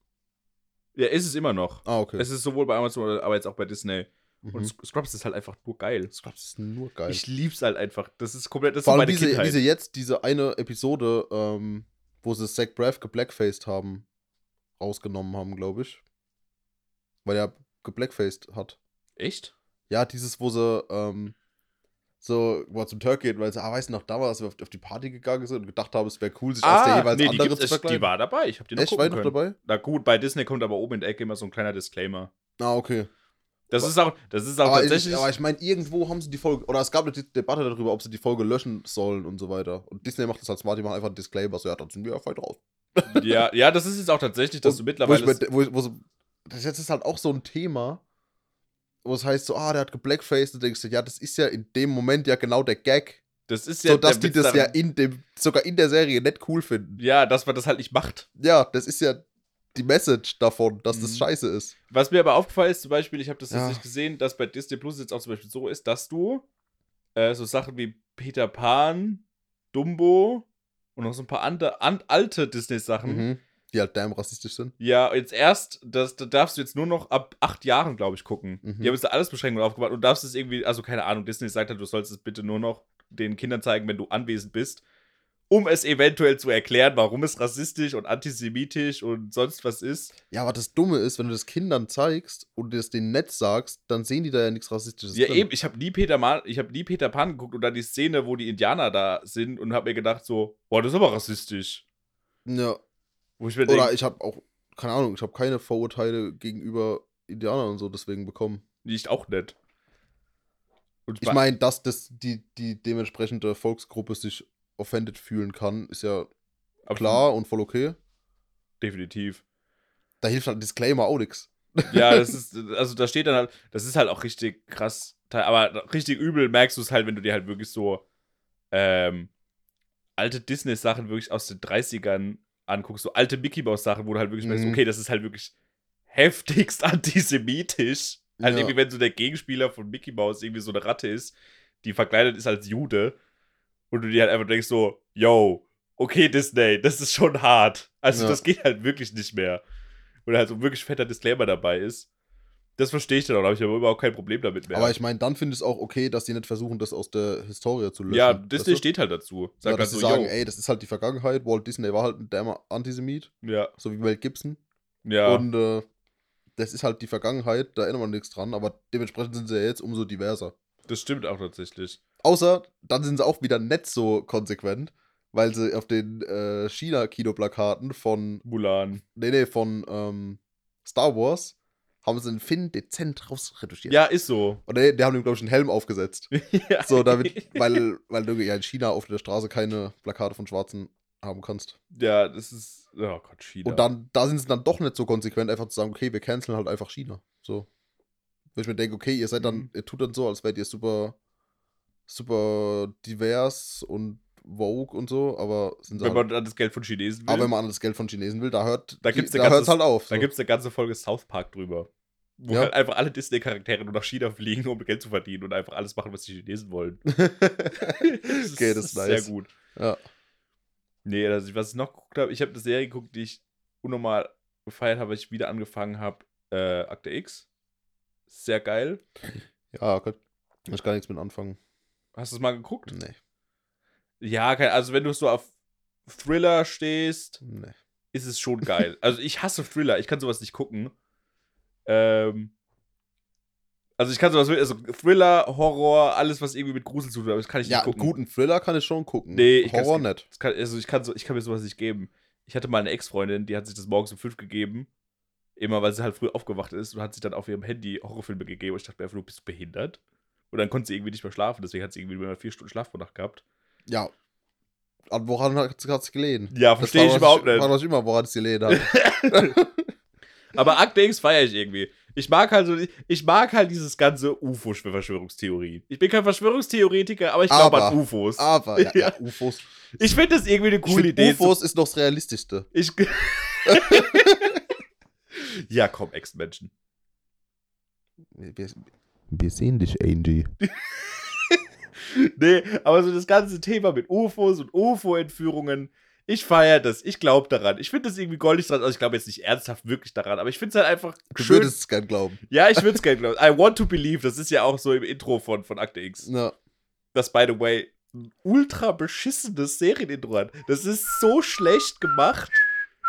Speaker 2: Ja, ist es immer noch.
Speaker 1: Ah, okay.
Speaker 2: Es ist sowohl bei Amazon, aber jetzt auch bei Disney.
Speaker 1: Mhm.
Speaker 2: Und Sc- Scrubs ist halt einfach nur geil.
Speaker 1: Scrubs ist nur geil.
Speaker 2: Ich lieb's halt einfach. Das ist komplett, das ist
Speaker 1: Vor allem,
Speaker 2: meine
Speaker 1: wie sie,
Speaker 2: Kindheit.
Speaker 1: wie sie jetzt diese eine Episode, ähm, wo sie Zach Braff geblackfaced haben, rausgenommen haben, glaube ich. Weil er geblackfaced hat.
Speaker 2: Echt?
Speaker 1: Ja, dieses, wo sie ähm, so wo er zum Turk geht, weil sie, ah, weißt du noch, damals, als wir auf, auf die Party gegangen sind und gedacht haben, es wäre cool, sich aus der jeweils
Speaker 2: Ah, nee, die,
Speaker 1: andere
Speaker 2: gibt's,
Speaker 1: zu
Speaker 2: echt, die
Speaker 1: verkleiden.
Speaker 2: war dabei. Ich habe die noch
Speaker 1: Echt, war
Speaker 2: gucken
Speaker 1: die noch dabei?
Speaker 2: können. Na gut, bei Disney kommt aber oben in der Ecke immer so ein kleiner Disclaimer.
Speaker 1: Ah, okay.
Speaker 2: Das ist auch, das ist auch
Speaker 1: Aber
Speaker 2: tatsächlich.
Speaker 1: ich, aber ich meine, irgendwo haben sie die Folge, oder es gab eine Di- Debatte darüber, ob sie die Folge löschen sollen und so weiter. Und Disney macht das halt smart, die machen einfach einen Disclaimer, so, ja, dann sind wir ja voll drauf.
Speaker 2: (laughs) ja, ja, das ist jetzt auch tatsächlich, dass
Speaker 1: Und
Speaker 2: du mittlerweile.
Speaker 1: Wo ich mir, wo, ich- wo so, das jetzt ist halt auch so ein Thema, wo es heißt so, ah, der hat geblackfaced und denkst du, ja, das ist ja in dem Moment ja genau der Gag.
Speaker 2: das ist ja
Speaker 1: So dass
Speaker 2: der
Speaker 1: die
Speaker 2: Witz
Speaker 1: das ja eh
Speaker 2: daran-
Speaker 1: in dem, sogar in der Serie nicht cool finden.
Speaker 2: Ja, dass man das halt nicht macht.
Speaker 1: Ja, das ist ja die Message davon, dass das
Speaker 2: Mhm.
Speaker 1: scheiße ist.
Speaker 2: Was mir aber aufgefallen ist, zum Beispiel, ich habe das jetzt
Speaker 1: Ja.
Speaker 2: nicht gesehen, dass bei Disney Plus jetzt auch zum Beispiel so ist, dass du äh, so Sachen wie Peter Pan, Dumbo und noch so ein paar andere, an, alte Disney-Sachen,
Speaker 1: Mhm. Die halt damn rassistisch sind.
Speaker 2: ja, jetzt erst, das, da darfst du jetzt nur noch ab acht Jahren, glaube ich, gucken.
Speaker 1: Mhm.
Speaker 2: Die haben jetzt da alles Beschränkungen aufgemacht und darfst es irgendwie, also keine Ahnung, Disney sagt halt, du sollst es bitte nur noch den Kindern zeigen, wenn du anwesend bist, um es eventuell zu erklären, warum es rassistisch und antisemitisch und sonst was ist.
Speaker 1: Ja, aber das Dumme ist, wenn du das Kindern zeigst und das denen nett sagst, dann sehen die da ja nichts Rassistisches.
Speaker 2: Ja,
Speaker 1: drin.
Speaker 2: eben, ich habe nie, Peter Ma- ich hab nie Peter Pan geguckt und dann die Szene, wo die Indianer da sind und habe mir gedacht, so, boah, das ist aber rassistisch.
Speaker 1: Ja.
Speaker 2: Wo ich mir
Speaker 1: Oder
Speaker 2: denke,
Speaker 1: ich habe auch, keine Ahnung, ich habe keine Vorurteile gegenüber Indianern und so deswegen bekommen.
Speaker 2: nicht auch nett. Und
Speaker 1: Ich meine, dass das die, die dementsprechende Volksgruppe sich offended fühlen kann, ist ja
Speaker 2: aber-
Speaker 1: klar und voll okay.
Speaker 2: Definitiv.
Speaker 1: Da hilft halt ein Disclaimer auch nichts.
Speaker 2: Ja, das ist, also da steht dann halt, das ist halt auch richtig krass, te- aber richtig übel merkst du es halt, wenn du dir halt wirklich so ähm, alte Disney-Sachen wirklich aus den 30ern anguckst, so alte Mickey Mouse-Sachen, wo du halt wirklich merkst,
Speaker 1: Mhm.
Speaker 2: okay, das ist halt wirklich heftigst (laughs) antisemitisch. Also
Speaker 1: Ja.
Speaker 2: irgendwie, wenn so der Gegenspieler von Mickey Mouse irgendwie so eine Ratte ist, die verkleidet ist als Jude und du dir halt einfach denkst so, yo, okay Disney, das ist schon hart. Also
Speaker 1: Ja.
Speaker 2: das geht halt wirklich nicht mehr. Oder halt so ein wirklich fetter Disclaimer dabei ist. Das verstehe ich dann auch, da habe ich aber überhaupt kein Problem damit mehr.
Speaker 1: Aber ich meine, dann finde ich es auch okay, dass die nicht versuchen, das aus der Historie zu löschen.
Speaker 2: ja, Disney
Speaker 1: weißt du?
Speaker 2: steht halt dazu.
Speaker 1: Ja,
Speaker 2: Sagt halt
Speaker 1: dass
Speaker 2: so,
Speaker 1: sie sagen,
Speaker 2: yo.
Speaker 1: ey, das ist halt die Vergangenheit. Walt Disney war halt ein dämmer Antisemit,
Speaker 2: Ja,
Speaker 1: so wie Walt Gibson.
Speaker 2: ja.
Speaker 1: Und äh, das ist halt die Vergangenheit, da erinnert man nichts dran, aber dementsprechend sind sie ja jetzt umso diverser.
Speaker 2: Das stimmt auch tatsächlich.
Speaker 1: Außer, dann sind sie auch wieder nicht so konsequent, weil sie auf den äh, China-Kinoplakaten von,
Speaker 2: Mulan.
Speaker 1: nee, nee, von ähm, Star Wars haben sie den Finn dezent rausretuschiert.
Speaker 2: Ja,
Speaker 1: (laughs)
Speaker 2: ist so.
Speaker 1: Und die, die haben ihm, glaube ich, einen Helm aufgesetzt.
Speaker 2: ja.
Speaker 1: So, damit, weil, weil du ja in China auf der Straße keine Plakate von Schwarzen haben kannst.
Speaker 2: (laughs) Ja, das ist. Oh Gott, China.
Speaker 1: Und dann, da sind sie dann doch nicht so konsequent, einfach zu sagen, okay, wir canceln halt einfach China. So. Wo ich mir denke, okay, ihr seid dann,
Speaker 2: Mhm.
Speaker 1: ihr tut dann so, als wärt ihr super, super divers und woke und so, aber sind sie
Speaker 2: wenn
Speaker 1: halt,
Speaker 2: man dann das Geld von Chinesen will,
Speaker 1: aber wenn man an das Geld von Chinesen will, da hört
Speaker 2: Da
Speaker 1: die-
Speaker 2: gibt's
Speaker 1: da
Speaker 2: ein
Speaker 1: hört's
Speaker 2: ganzes-
Speaker 1: halt auf. So.
Speaker 2: da gibt es eine ganze Folge South Park drüber. Wo
Speaker 1: Ja.
Speaker 2: halt einfach alle Disney-Charaktere nur nach China fliegen, um Geld zu verdienen und einfach alles machen, was die Chinesen wollen.
Speaker 1: okay, das ist nice.
Speaker 2: Sehr gut.
Speaker 1: Ja.
Speaker 2: Nee, also, was ich noch geguckt habe, ich habe eine Serie geguckt, die ich unnormal gefeiert habe, weil ich wieder angefangen habe, äh, Akte X. Sehr geil.
Speaker 1: (laughs) Ja, Gott. Kann ich gar nichts mit anfangen.
Speaker 2: Hast du es mal geguckt?
Speaker 1: Nee,
Speaker 2: Ja, kein, also wenn du so auf Thriller stehst,
Speaker 1: nee.
Speaker 2: ist es
Speaker 1: (laughs)
Speaker 2: schon geil. also ich hasse Thriller, ich kann sowas nicht gucken. Ähm, also ich kann sowas, also Thriller, Horror, alles was irgendwie mit Grusel zu tun hat, das kann ich
Speaker 1: Ja,
Speaker 2: nicht
Speaker 1: einen
Speaker 2: gucken.
Speaker 1: guten Thriller kann ich schon gucken.
Speaker 2: Nee, ich kann's
Speaker 1: Horror
Speaker 2: nicht.
Speaker 1: nicht.
Speaker 2: Das kann, also ich kann so, ich kann mir sowas nicht geben. Ich hatte mal eine Ex-Freundin, die hat sich das morgens um fünf gegeben, immer weil sie halt früh aufgewacht ist und hat sich dann auf ihrem Handy Horrorfilme gegeben. Und ich dachte mir einfach, du bist behindert. Und dann konnte sie irgendwie nicht mehr schlafen, deswegen hat sie irgendwie immer vier Stunden Schlaf pro Nacht gehabt.
Speaker 1: Ja. An woran hat es gelegen?
Speaker 2: Ja,
Speaker 1: Das
Speaker 2: verstehe
Speaker 1: war,
Speaker 2: ich
Speaker 1: was
Speaker 2: überhaupt nicht.
Speaker 1: War, was ich immer, woran es gelegen
Speaker 2: (laughs)
Speaker 1: hat.
Speaker 2: Aber Akte X feiere ich irgendwie. Ich mag halt so, ich mag halt dieses ganze UFO-Verschwörungstheorie. Ich bin kein Verschwörungstheoretiker, aber ich glaube
Speaker 1: Aber-
Speaker 2: an UFOs.
Speaker 1: Aber, ja, ja
Speaker 2: Ja.
Speaker 1: UFOs.
Speaker 2: Ich finde das irgendwie eine
Speaker 1: Ich
Speaker 2: coole
Speaker 1: find,
Speaker 2: Idee.
Speaker 1: UFOs ist noch das Realistischste.
Speaker 2: (laughs)
Speaker 1: (laughs)
Speaker 2: Ich ja, komm, Ex-Menschen.
Speaker 1: Wir, sehen dich, Angie.
Speaker 2: Nee, aber so das ganze Thema mit UFOs und UFO-Entführungen, ich feiere das. Ich glaube daran. Ich finde das irgendwie goldig dran. Also ich glaube jetzt nicht ernsthaft wirklich daran, aber ich finde es halt einfach
Speaker 1: Du
Speaker 2: schön.
Speaker 1: würdest es gern glauben.
Speaker 2: Ja, ich würde es gerne glauben. I want to believe, das ist ja auch so im Intro von, von Akte X.
Speaker 1: Na,
Speaker 2: das by the way ein ultra beschissenes Serienintro hat. Das ist so schlecht gemacht.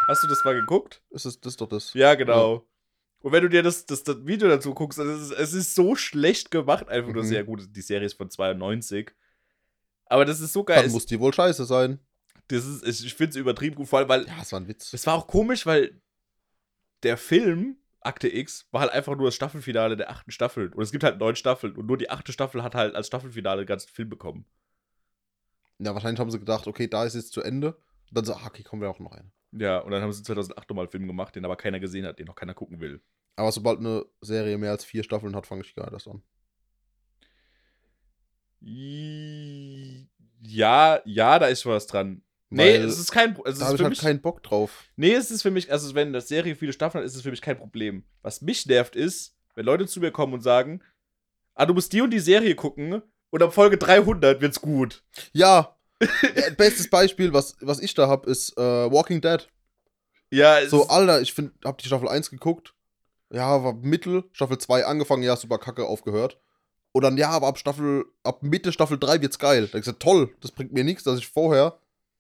Speaker 2: Hast du das mal geguckt?
Speaker 1: ist das, das ist doch das.
Speaker 2: Ja, genau. Und wenn du dir das, das, das Video dazu guckst, dann ist es, es ist so schlecht gemacht, einfach nur
Speaker 1: Mhm.
Speaker 2: sehr gut. Die Serie ist von 92. Aber das ist so geil.
Speaker 1: Dann
Speaker 2: Es,
Speaker 1: muss die wohl scheiße sein.
Speaker 2: das ist, ich ich finde es übertrieben gut, vor allem, weil
Speaker 1: Ja, es war ein Witz.
Speaker 2: es war auch komisch, weil der Film Akte X war halt einfach nur das Staffelfinale der achten Staffel. Und es gibt halt neun Staffeln und nur die achte Staffel hat halt als Staffelfinale den ganzen Film bekommen.
Speaker 1: Ja, wahrscheinlich haben sie gedacht, okay, da ist jetzt zu Ende. Und dann so, ah, okay, kommen wir auch noch ein.
Speaker 2: Ja, und dann haben sie 2008 nochmal einen Film gemacht, den aber keiner gesehen hat, den noch keiner gucken will.
Speaker 1: Aber sobald eine Serie mehr als vier Staffeln hat, fange ich gar nicht erst an.
Speaker 2: I- Ja, ja, da ist schon was dran. Nee,
Speaker 1: Weil
Speaker 2: es ist kein. Es
Speaker 1: da
Speaker 2: ist
Speaker 1: habe ich
Speaker 2: für
Speaker 1: halt
Speaker 2: mich,
Speaker 1: keinen Bock drauf.
Speaker 2: nee, es ist für mich, also wenn das Serie viele Staffeln hat, ist es für mich kein Problem. Was mich nervt, ist, wenn Leute zu mir kommen und sagen: Ah, du musst die und die Serie gucken und ab Folge 300 wird's gut. (laughs)
Speaker 1: Ja. Äh, Bestes Beispiel, was, was ich da habe, ist äh, Walking Dead.
Speaker 2: Ja, es
Speaker 1: So, ah, Alter, ich find, hab die Staffel 1 geguckt. Ja, war Mittel. Staffel 2 angefangen, ja, super kacke, aufgehört. Und dann, ja, aber ab Staffel, ab Mitte Staffel 3 wird's geil. Da hab ich gesagt, toll, das bringt mir nichts, dass ich vorher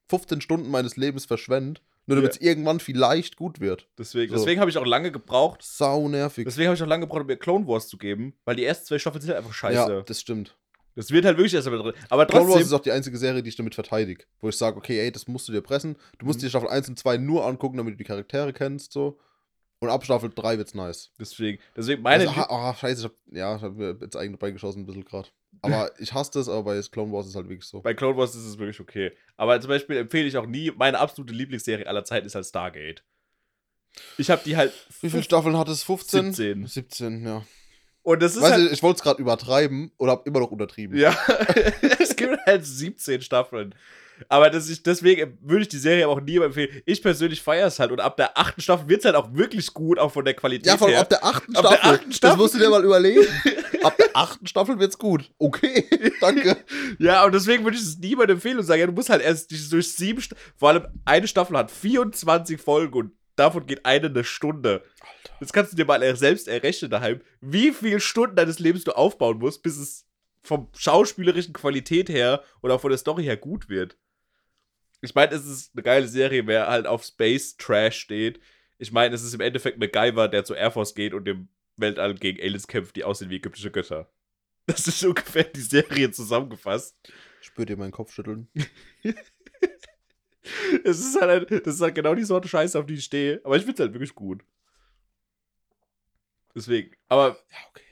Speaker 1: 15 Stunden meines Lebens verschwende, nur damit es irgendwann vielleicht gut wird.
Speaker 2: deswegen,
Speaker 1: so.
Speaker 2: deswegen habe ich auch lange gebraucht.
Speaker 1: Sau nervig.
Speaker 2: Deswegen habe ich auch lange gebraucht, um mir Clone Wars zu geben, weil die ersten zwei Staffeln sind halt einfach scheiße.
Speaker 1: Ja, das stimmt.
Speaker 2: Das wird halt wirklich erst damit drin. Aber
Speaker 1: Clone Wars ist
Speaker 2: trotzdem.
Speaker 1: auch die einzige Serie, die ich damit verteidige. Wo ich sage, okay, ey, das musst du dir pressen. Du
Speaker 2: Mhm.
Speaker 1: musst dir Staffel 1 und 2 nur angucken, damit du die Charaktere kennst, so. Und ab Staffel 3 wird's nice.
Speaker 2: Deswegen, deswegen meine.
Speaker 1: also, ah, ah, scheiße, ich hab, ja, ich hab mir jetzt eigene Bein geschossen ein bisschen gerade.
Speaker 2: (laughs)
Speaker 1: Aber ich hasse das, aber bei Clone Wars ist halt wirklich so.
Speaker 2: bei Clone Wars ist es wirklich okay. Aber zum Beispiel empfehle ich auch nie, meine absolute Lieblingsserie aller Zeiten ist halt Stargate. Ich habe die halt.
Speaker 1: Wie viele Staffeln hat es? 15?
Speaker 2: 17.
Speaker 1: 17, ja.
Speaker 2: Und das ist
Speaker 1: weißt
Speaker 2: halt.
Speaker 1: du, ich wollte es gerade übertreiben und habe immer noch untertrieben.
Speaker 2: Ja, (laughs) es gibt halt 17 Staffeln. Aber das ich, deswegen würde ich die Serie aber auch nie empfehlen. Ich persönlich feiere es halt und ab der achten Staffel wird es halt auch wirklich gut, auch von der Qualität
Speaker 1: Ja, vor allem
Speaker 2: her.
Speaker 1: ab der achten
Speaker 2: Ab der
Speaker 1: Staffel.
Speaker 2: achten Staffel.
Speaker 1: Das musst du dir mal
Speaker 2: (laughs)
Speaker 1: überlegen. ab der achten Staffel wird's gut. Okay, danke.
Speaker 2: Ja, und deswegen würde ich es niemandem empfehlen und sagen, ja, du musst halt erst durch durch sieben, Sta- vor allem eine Staffel hat 24 Folgen und davon geht eine eine Stunde.
Speaker 1: Alter.
Speaker 2: Jetzt kannst du dir mal er- selbst errechnen daheim, wie viele Stunden deines Lebens du aufbauen musst, bis es vom schauspielerischen Qualität her oder von der Story her gut wird. Ich meine, es ist eine geile Serie, wer halt auf Space Trash steht. Ich meine, es ist im Endeffekt MacGyver, der zur Air Force geht und im Weltall gegen Aliens kämpft, die aussehen wie ägyptische Götter. Das ist ungefähr die Serie zusammengefasst.
Speaker 1: Spürt ihr meinen Kopf schütteln?
Speaker 2: Es ist halt, ein, das ist halt genau die Sorte Scheiße, auf die ich stehe. Aber ich finde es halt wirklich gut. Deswegen, aber
Speaker 1: Ja, okay.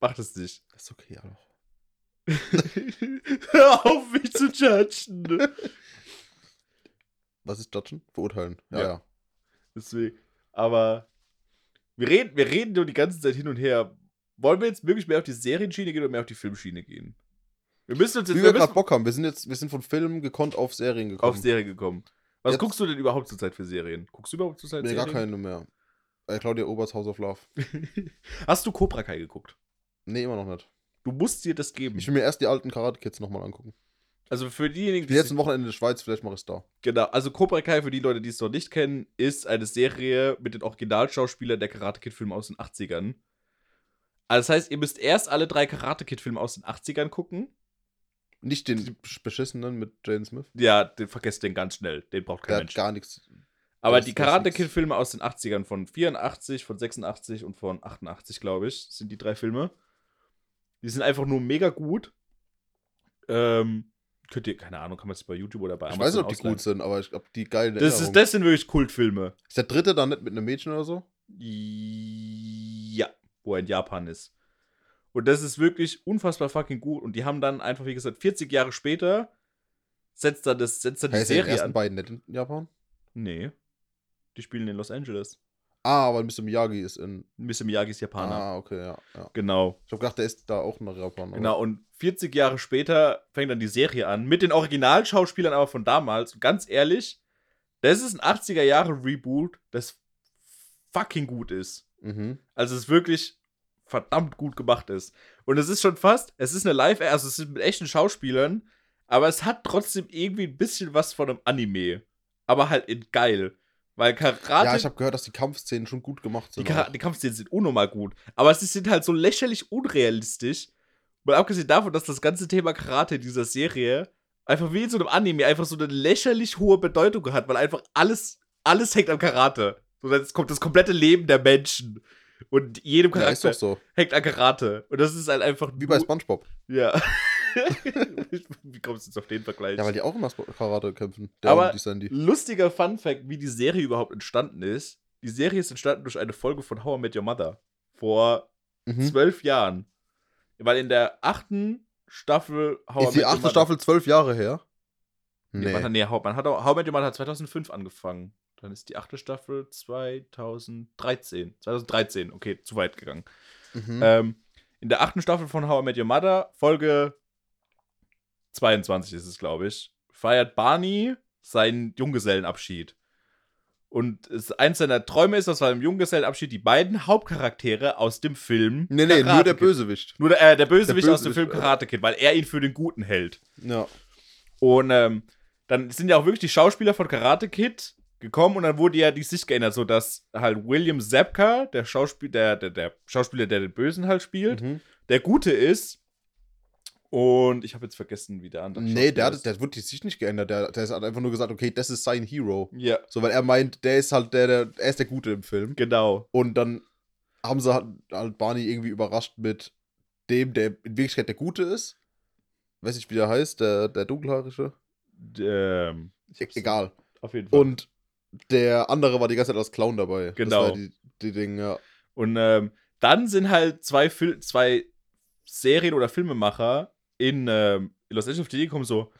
Speaker 2: macht
Speaker 1: (laughs)
Speaker 2: es nicht.
Speaker 1: Ist okay, Alter.
Speaker 2: Hör auf, mich zu judgen.
Speaker 1: Was ist Judgen? Verurteilen. Ja,
Speaker 2: Ja.
Speaker 1: ja.
Speaker 2: Deswegen, aber wir reden, wir reden nur die ganze Zeit hin und her. Wollen wir jetzt wirklich mehr auf die Serienschiene gehen oder mehr auf die Filmschiene gehen? Wir müssen uns jetzt
Speaker 1: Wie
Speaker 2: wir
Speaker 1: wir gerade
Speaker 2: müssen
Speaker 1: Bock haben. Wir sind jetzt, wir sind von Filmen gekonnt auf Serien gekommen.
Speaker 2: auf Serien gekommen. Was
Speaker 1: Jetzt-
Speaker 2: guckst du denn überhaupt zurzeit für Serien? Guckst du überhaupt zurzeit
Speaker 1: Nee,
Speaker 2: Serien?
Speaker 1: gar keine mehr. Äh, Claudia Oberts House of Love.
Speaker 2: Hast du Cobra Kai geguckt?
Speaker 1: Nee, immer noch nicht.
Speaker 2: Du musst dir das geben.
Speaker 1: Ich will mir erst die alten Karate Kids nochmal angucken.
Speaker 2: also für diejenigen,
Speaker 1: Ich bin
Speaker 2: die
Speaker 1: jetzt ein Wochenende in der Schweiz, vielleicht mache ich es da.
Speaker 2: Genau, also Cobra Kai, für die Leute, die es noch nicht kennen, ist eine Serie mit den Originalschauspielern der Karate Kid-Filme aus den 80ern. Also das heißt, ihr müsst erst alle drei Karate Kid-Filme aus den 80ern gucken.
Speaker 1: Nicht den beschissenen mit Jane Smith.
Speaker 2: Ja, den vergesst den ganz schnell, den braucht kein
Speaker 1: Der hat
Speaker 2: Mensch.
Speaker 1: gar nichts.
Speaker 2: Aber
Speaker 1: das-
Speaker 2: die
Speaker 1: das
Speaker 2: Karate
Speaker 1: nix.
Speaker 2: Kid-Filme aus den 80ern von 84, von 86 und von 88, glaube ich, sind die drei Filme. Die sind einfach nur mega gut. Ähm, könnt ihr, keine Ahnung, kann man sich bei YouTube oder bei
Speaker 1: Ich weiß nicht, ob die
Speaker 2: ausleihen.
Speaker 1: gut sind, aber ich glaube, die geilen
Speaker 2: Das, ist, das sind wirklich Kultfilme.
Speaker 1: ist der dritte dann nicht mit einem Mädchen oder so?
Speaker 2: Ja, wo er in Japan ist. Und das ist wirklich unfassbar fucking gut. Und die haben dann einfach, wie gesagt, 40 Jahre später setzt dann, das, setzt dann die
Speaker 1: Hey, ist ja in den
Speaker 2: Serie
Speaker 1: ersten
Speaker 2: an.
Speaker 1: beiden nicht in Japan?
Speaker 2: Nee. Die spielen in Los Angeles.
Speaker 1: Ah, weil Mr. Miyagi ist in.
Speaker 2: Mr. Miyagi ist Japaner.
Speaker 1: Ah, okay, ja. ja.
Speaker 2: Genau.
Speaker 1: Ich habe gedacht, der ist da auch nach Japan. aber-
Speaker 2: Genau. Und 40 Jahre später fängt dann die Serie an. Mit den Originalschauspielern aber von damals. Und ganz ehrlich, das ist ein 80er Jahre Reboot, das fucking gut ist.
Speaker 1: Mhm.
Speaker 2: Also es ist wirklich verdammt gut gemacht ist. Und es ist schon fast, es ist eine Live, also es ist mit echten Schauspielern, aber es hat trotzdem irgendwie ein bisschen was von einem Anime. Aber halt in geil. Weil Karate,
Speaker 1: Ja, ich habe gehört, dass die Kampfszenen schon gut gemacht
Speaker 2: die,
Speaker 1: sind.
Speaker 2: Kara die Kampfszenen sind unnormal gut. Aber sie sind halt so lächerlich unrealistisch. Mal abgesehen davon, dass das ganze Thema Karate in dieser Serie einfach wie in so einem Anime einfach so eine lächerlich hohe Bedeutung hat, weil einfach alles, alles hängt am Karate. So, jetzt kommt das komplette Leben der Menschen. Und jedem
Speaker 1: ja, ist
Speaker 2: Charakter
Speaker 1: doch so.
Speaker 2: hängt an Karate. Und das ist halt einfach.
Speaker 1: Wie bei
Speaker 2: nur-
Speaker 1: Spongebob.
Speaker 2: Ja. (laughs) Wie kommst du jetzt auf den Vergleich?
Speaker 1: Ja, weil die auch immer Sp- Karate kämpfen.
Speaker 2: Aber-
Speaker 1: die Sandy.
Speaker 2: Lustiger Fun Fact, wie die Serie überhaupt entstanden ist. Die Serie ist entstanden durch eine Folge von How I Met Your Mother. Vor
Speaker 1: Mhm.
Speaker 2: zwölf Jahren. Weil in der achten Staffel How
Speaker 1: Ist die achte Staffel zwölf Jahre her?
Speaker 2: Nee, man, hat- nee How, man hat auch, How I Met Your Mother hat 2005 angefangen. Dann ist die achte Staffel 2013. 2013, okay, zu weit gegangen.
Speaker 1: Mhm.
Speaker 2: Ähm, in der achten Staffel von How I Met Your Mother, Folge 22 ist es, glaube ich, feiert Barney seinen Junggesellenabschied. Und es, eins seiner Träume ist, dass bei einem Junggesellenabschied die beiden Hauptcharaktere aus dem Film.
Speaker 1: Nee, nee, nur
Speaker 2: Karate
Speaker 1: der
Speaker 2: Kid-
Speaker 1: Bösewicht.
Speaker 2: Nur der, äh, der Bösewicht aus dem
Speaker 1: Bösewicht,
Speaker 2: Film
Speaker 1: ja.
Speaker 2: Karate Kid, weil er ihn für den Guten hält.
Speaker 1: Ja.
Speaker 2: Und ähm, dann sind ja auch wirklich die Schauspieler von Karate Kid gekommen und dann wurde ja die Sicht geändert, sodass halt William Zabka, der, Schauspiel, der, der, der Schauspieler, der den Bösen halt spielt,
Speaker 1: Mhm.
Speaker 2: der Gute ist. Und ich habe jetzt vergessen, wie der andere
Speaker 1: Nee,
Speaker 2: Schauspieler
Speaker 1: der, hat,
Speaker 2: ist.
Speaker 1: der wird die Sicht nicht geändert. Der, der hat einfach nur gesagt, okay, das ist sein Hero.
Speaker 2: Ja,
Speaker 1: So, weil er meint, der ist halt der, der er ist der Gute im Film.
Speaker 2: genau.
Speaker 1: Und dann haben sie halt, halt Barney irgendwie überrascht mit dem, der in Wirklichkeit der Gute ist. Weiß nicht, wie der heißt, der, der dunkelhaarische.
Speaker 2: Ähm, ich
Speaker 1: E
Speaker 2: hab's-
Speaker 1: egal.
Speaker 2: Auf jeden Fall. Und,
Speaker 1: Und der andere war die ganze Zeit als Clown dabei.
Speaker 2: Genau.
Speaker 1: Das war die, die Ding, ja.
Speaker 2: ähm, dann sind halt zwei, Fil zwei Serien- oder Filmemacher in ähm, Los Angeles auf die Idee gekommen, so,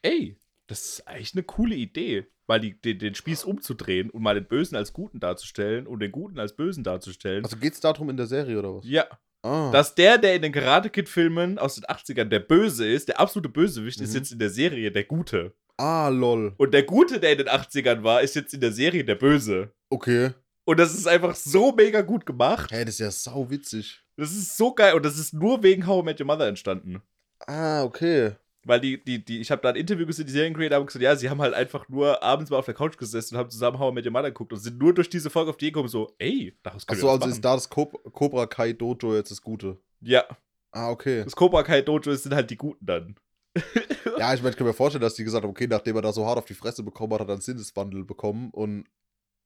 Speaker 2: ey, das ist eigentlich eine coole Idee, mal die, den, den Spieß umzudrehen und mal den Bösen als Guten darzustellen und den Guten als Bösen darzustellen.
Speaker 1: Also geht's darum in der Serie oder was?
Speaker 2: ja,
Speaker 1: Ah.
Speaker 2: dass der, der in den Karate Kid-Filmen aus den 80ern der Böse ist, der absolute Bösewicht, ist
Speaker 1: Mhm.
Speaker 2: jetzt in der Serie der Gute.
Speaker 1: ah, lol.
Speaker 2: Und der Gute, der in den 80ern war, ist jetzt in der Serie der Böse.
Speaker 1: Okay.
Speaker 2: Und das ist einfach so mega gut gemacht.
Speaker 1: Hä, das ist ja sau witzig.
Speaker 2: Das ist so geil. Und das ist nur wegen How I Met Your Mother entstanden.
Speaker 1: Ah, okay.
Speaker 2: Weil die, die, die, ich habe da ein Interview gesehen, die Seriencreator haben gesagt, ja, sie haben halt einfach nur abends mal auf der Couch gesessen und haben zusammen How I Met Your Mother geguckt und sind nur durch diese Folge auf die Idee gekommen, so, ey, daraus können
Speaker 1: Achso,
Speaker 2: wir
Speaker 1: also
Speaker 2: was
Speaker 1: ist
Speaker 2: machen.
Speaker 1: da das Kob Cobra Kai Dojo jetzt das Gute.
Speaker 2: Ja,
Speaker 1: Ah, okay.
Speaker 2: das Cobra Kai Dojo sind halt die Guten dann.
Speaker 1: Ja, ich meine, ich kann mir vorstellen, dass die gesagt haben, okay, nachdem er da so hart auf die Fresse bekommen hat, hat er einen Sinneswandel bekommen und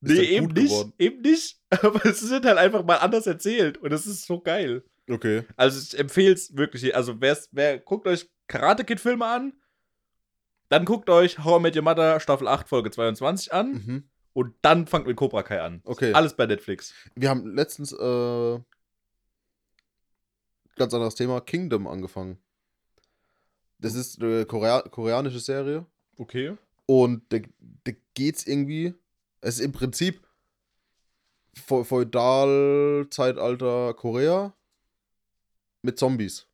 Speaker 1: ist
Speaker 2: Nee,
Speaker 1: dann
Speaker 2: eben
Speaker 1: gut
Speaker 2: nicht,
Speaker 1: geworden.
Speaker 2: eben nicht. (laughs) Aber es sind halt einfach mal anders erzählt und das ist so geil.
Speaker 1: Okay.
Speaker 2: Also ich empfehle es wirklich. Also wer's, wer guckt euch Karate Kid Filme an, dann guckt euch How I Met Your Mother Staffel 8 Folge 22 an
Speaker 1: Mhm.
Speaker 2: und dann fangt mit Cobra Kai an.
Speaker 1: Okay.
Speaker 2: Alles bei Netflix.
Speaker 1: Wir haben letztens, äh, ganz anderes Thema, Kingdom angefangen. Das
Speaker 2: Oh.
Speaker 1: ist eine Korea koreanische Serie.
Speaker 2: Okay.
Speaker 1: Und da, da geht's irgendwie. Es ist im Prinzip Feu- Feudal-Zeitalter Korea mit Zombies.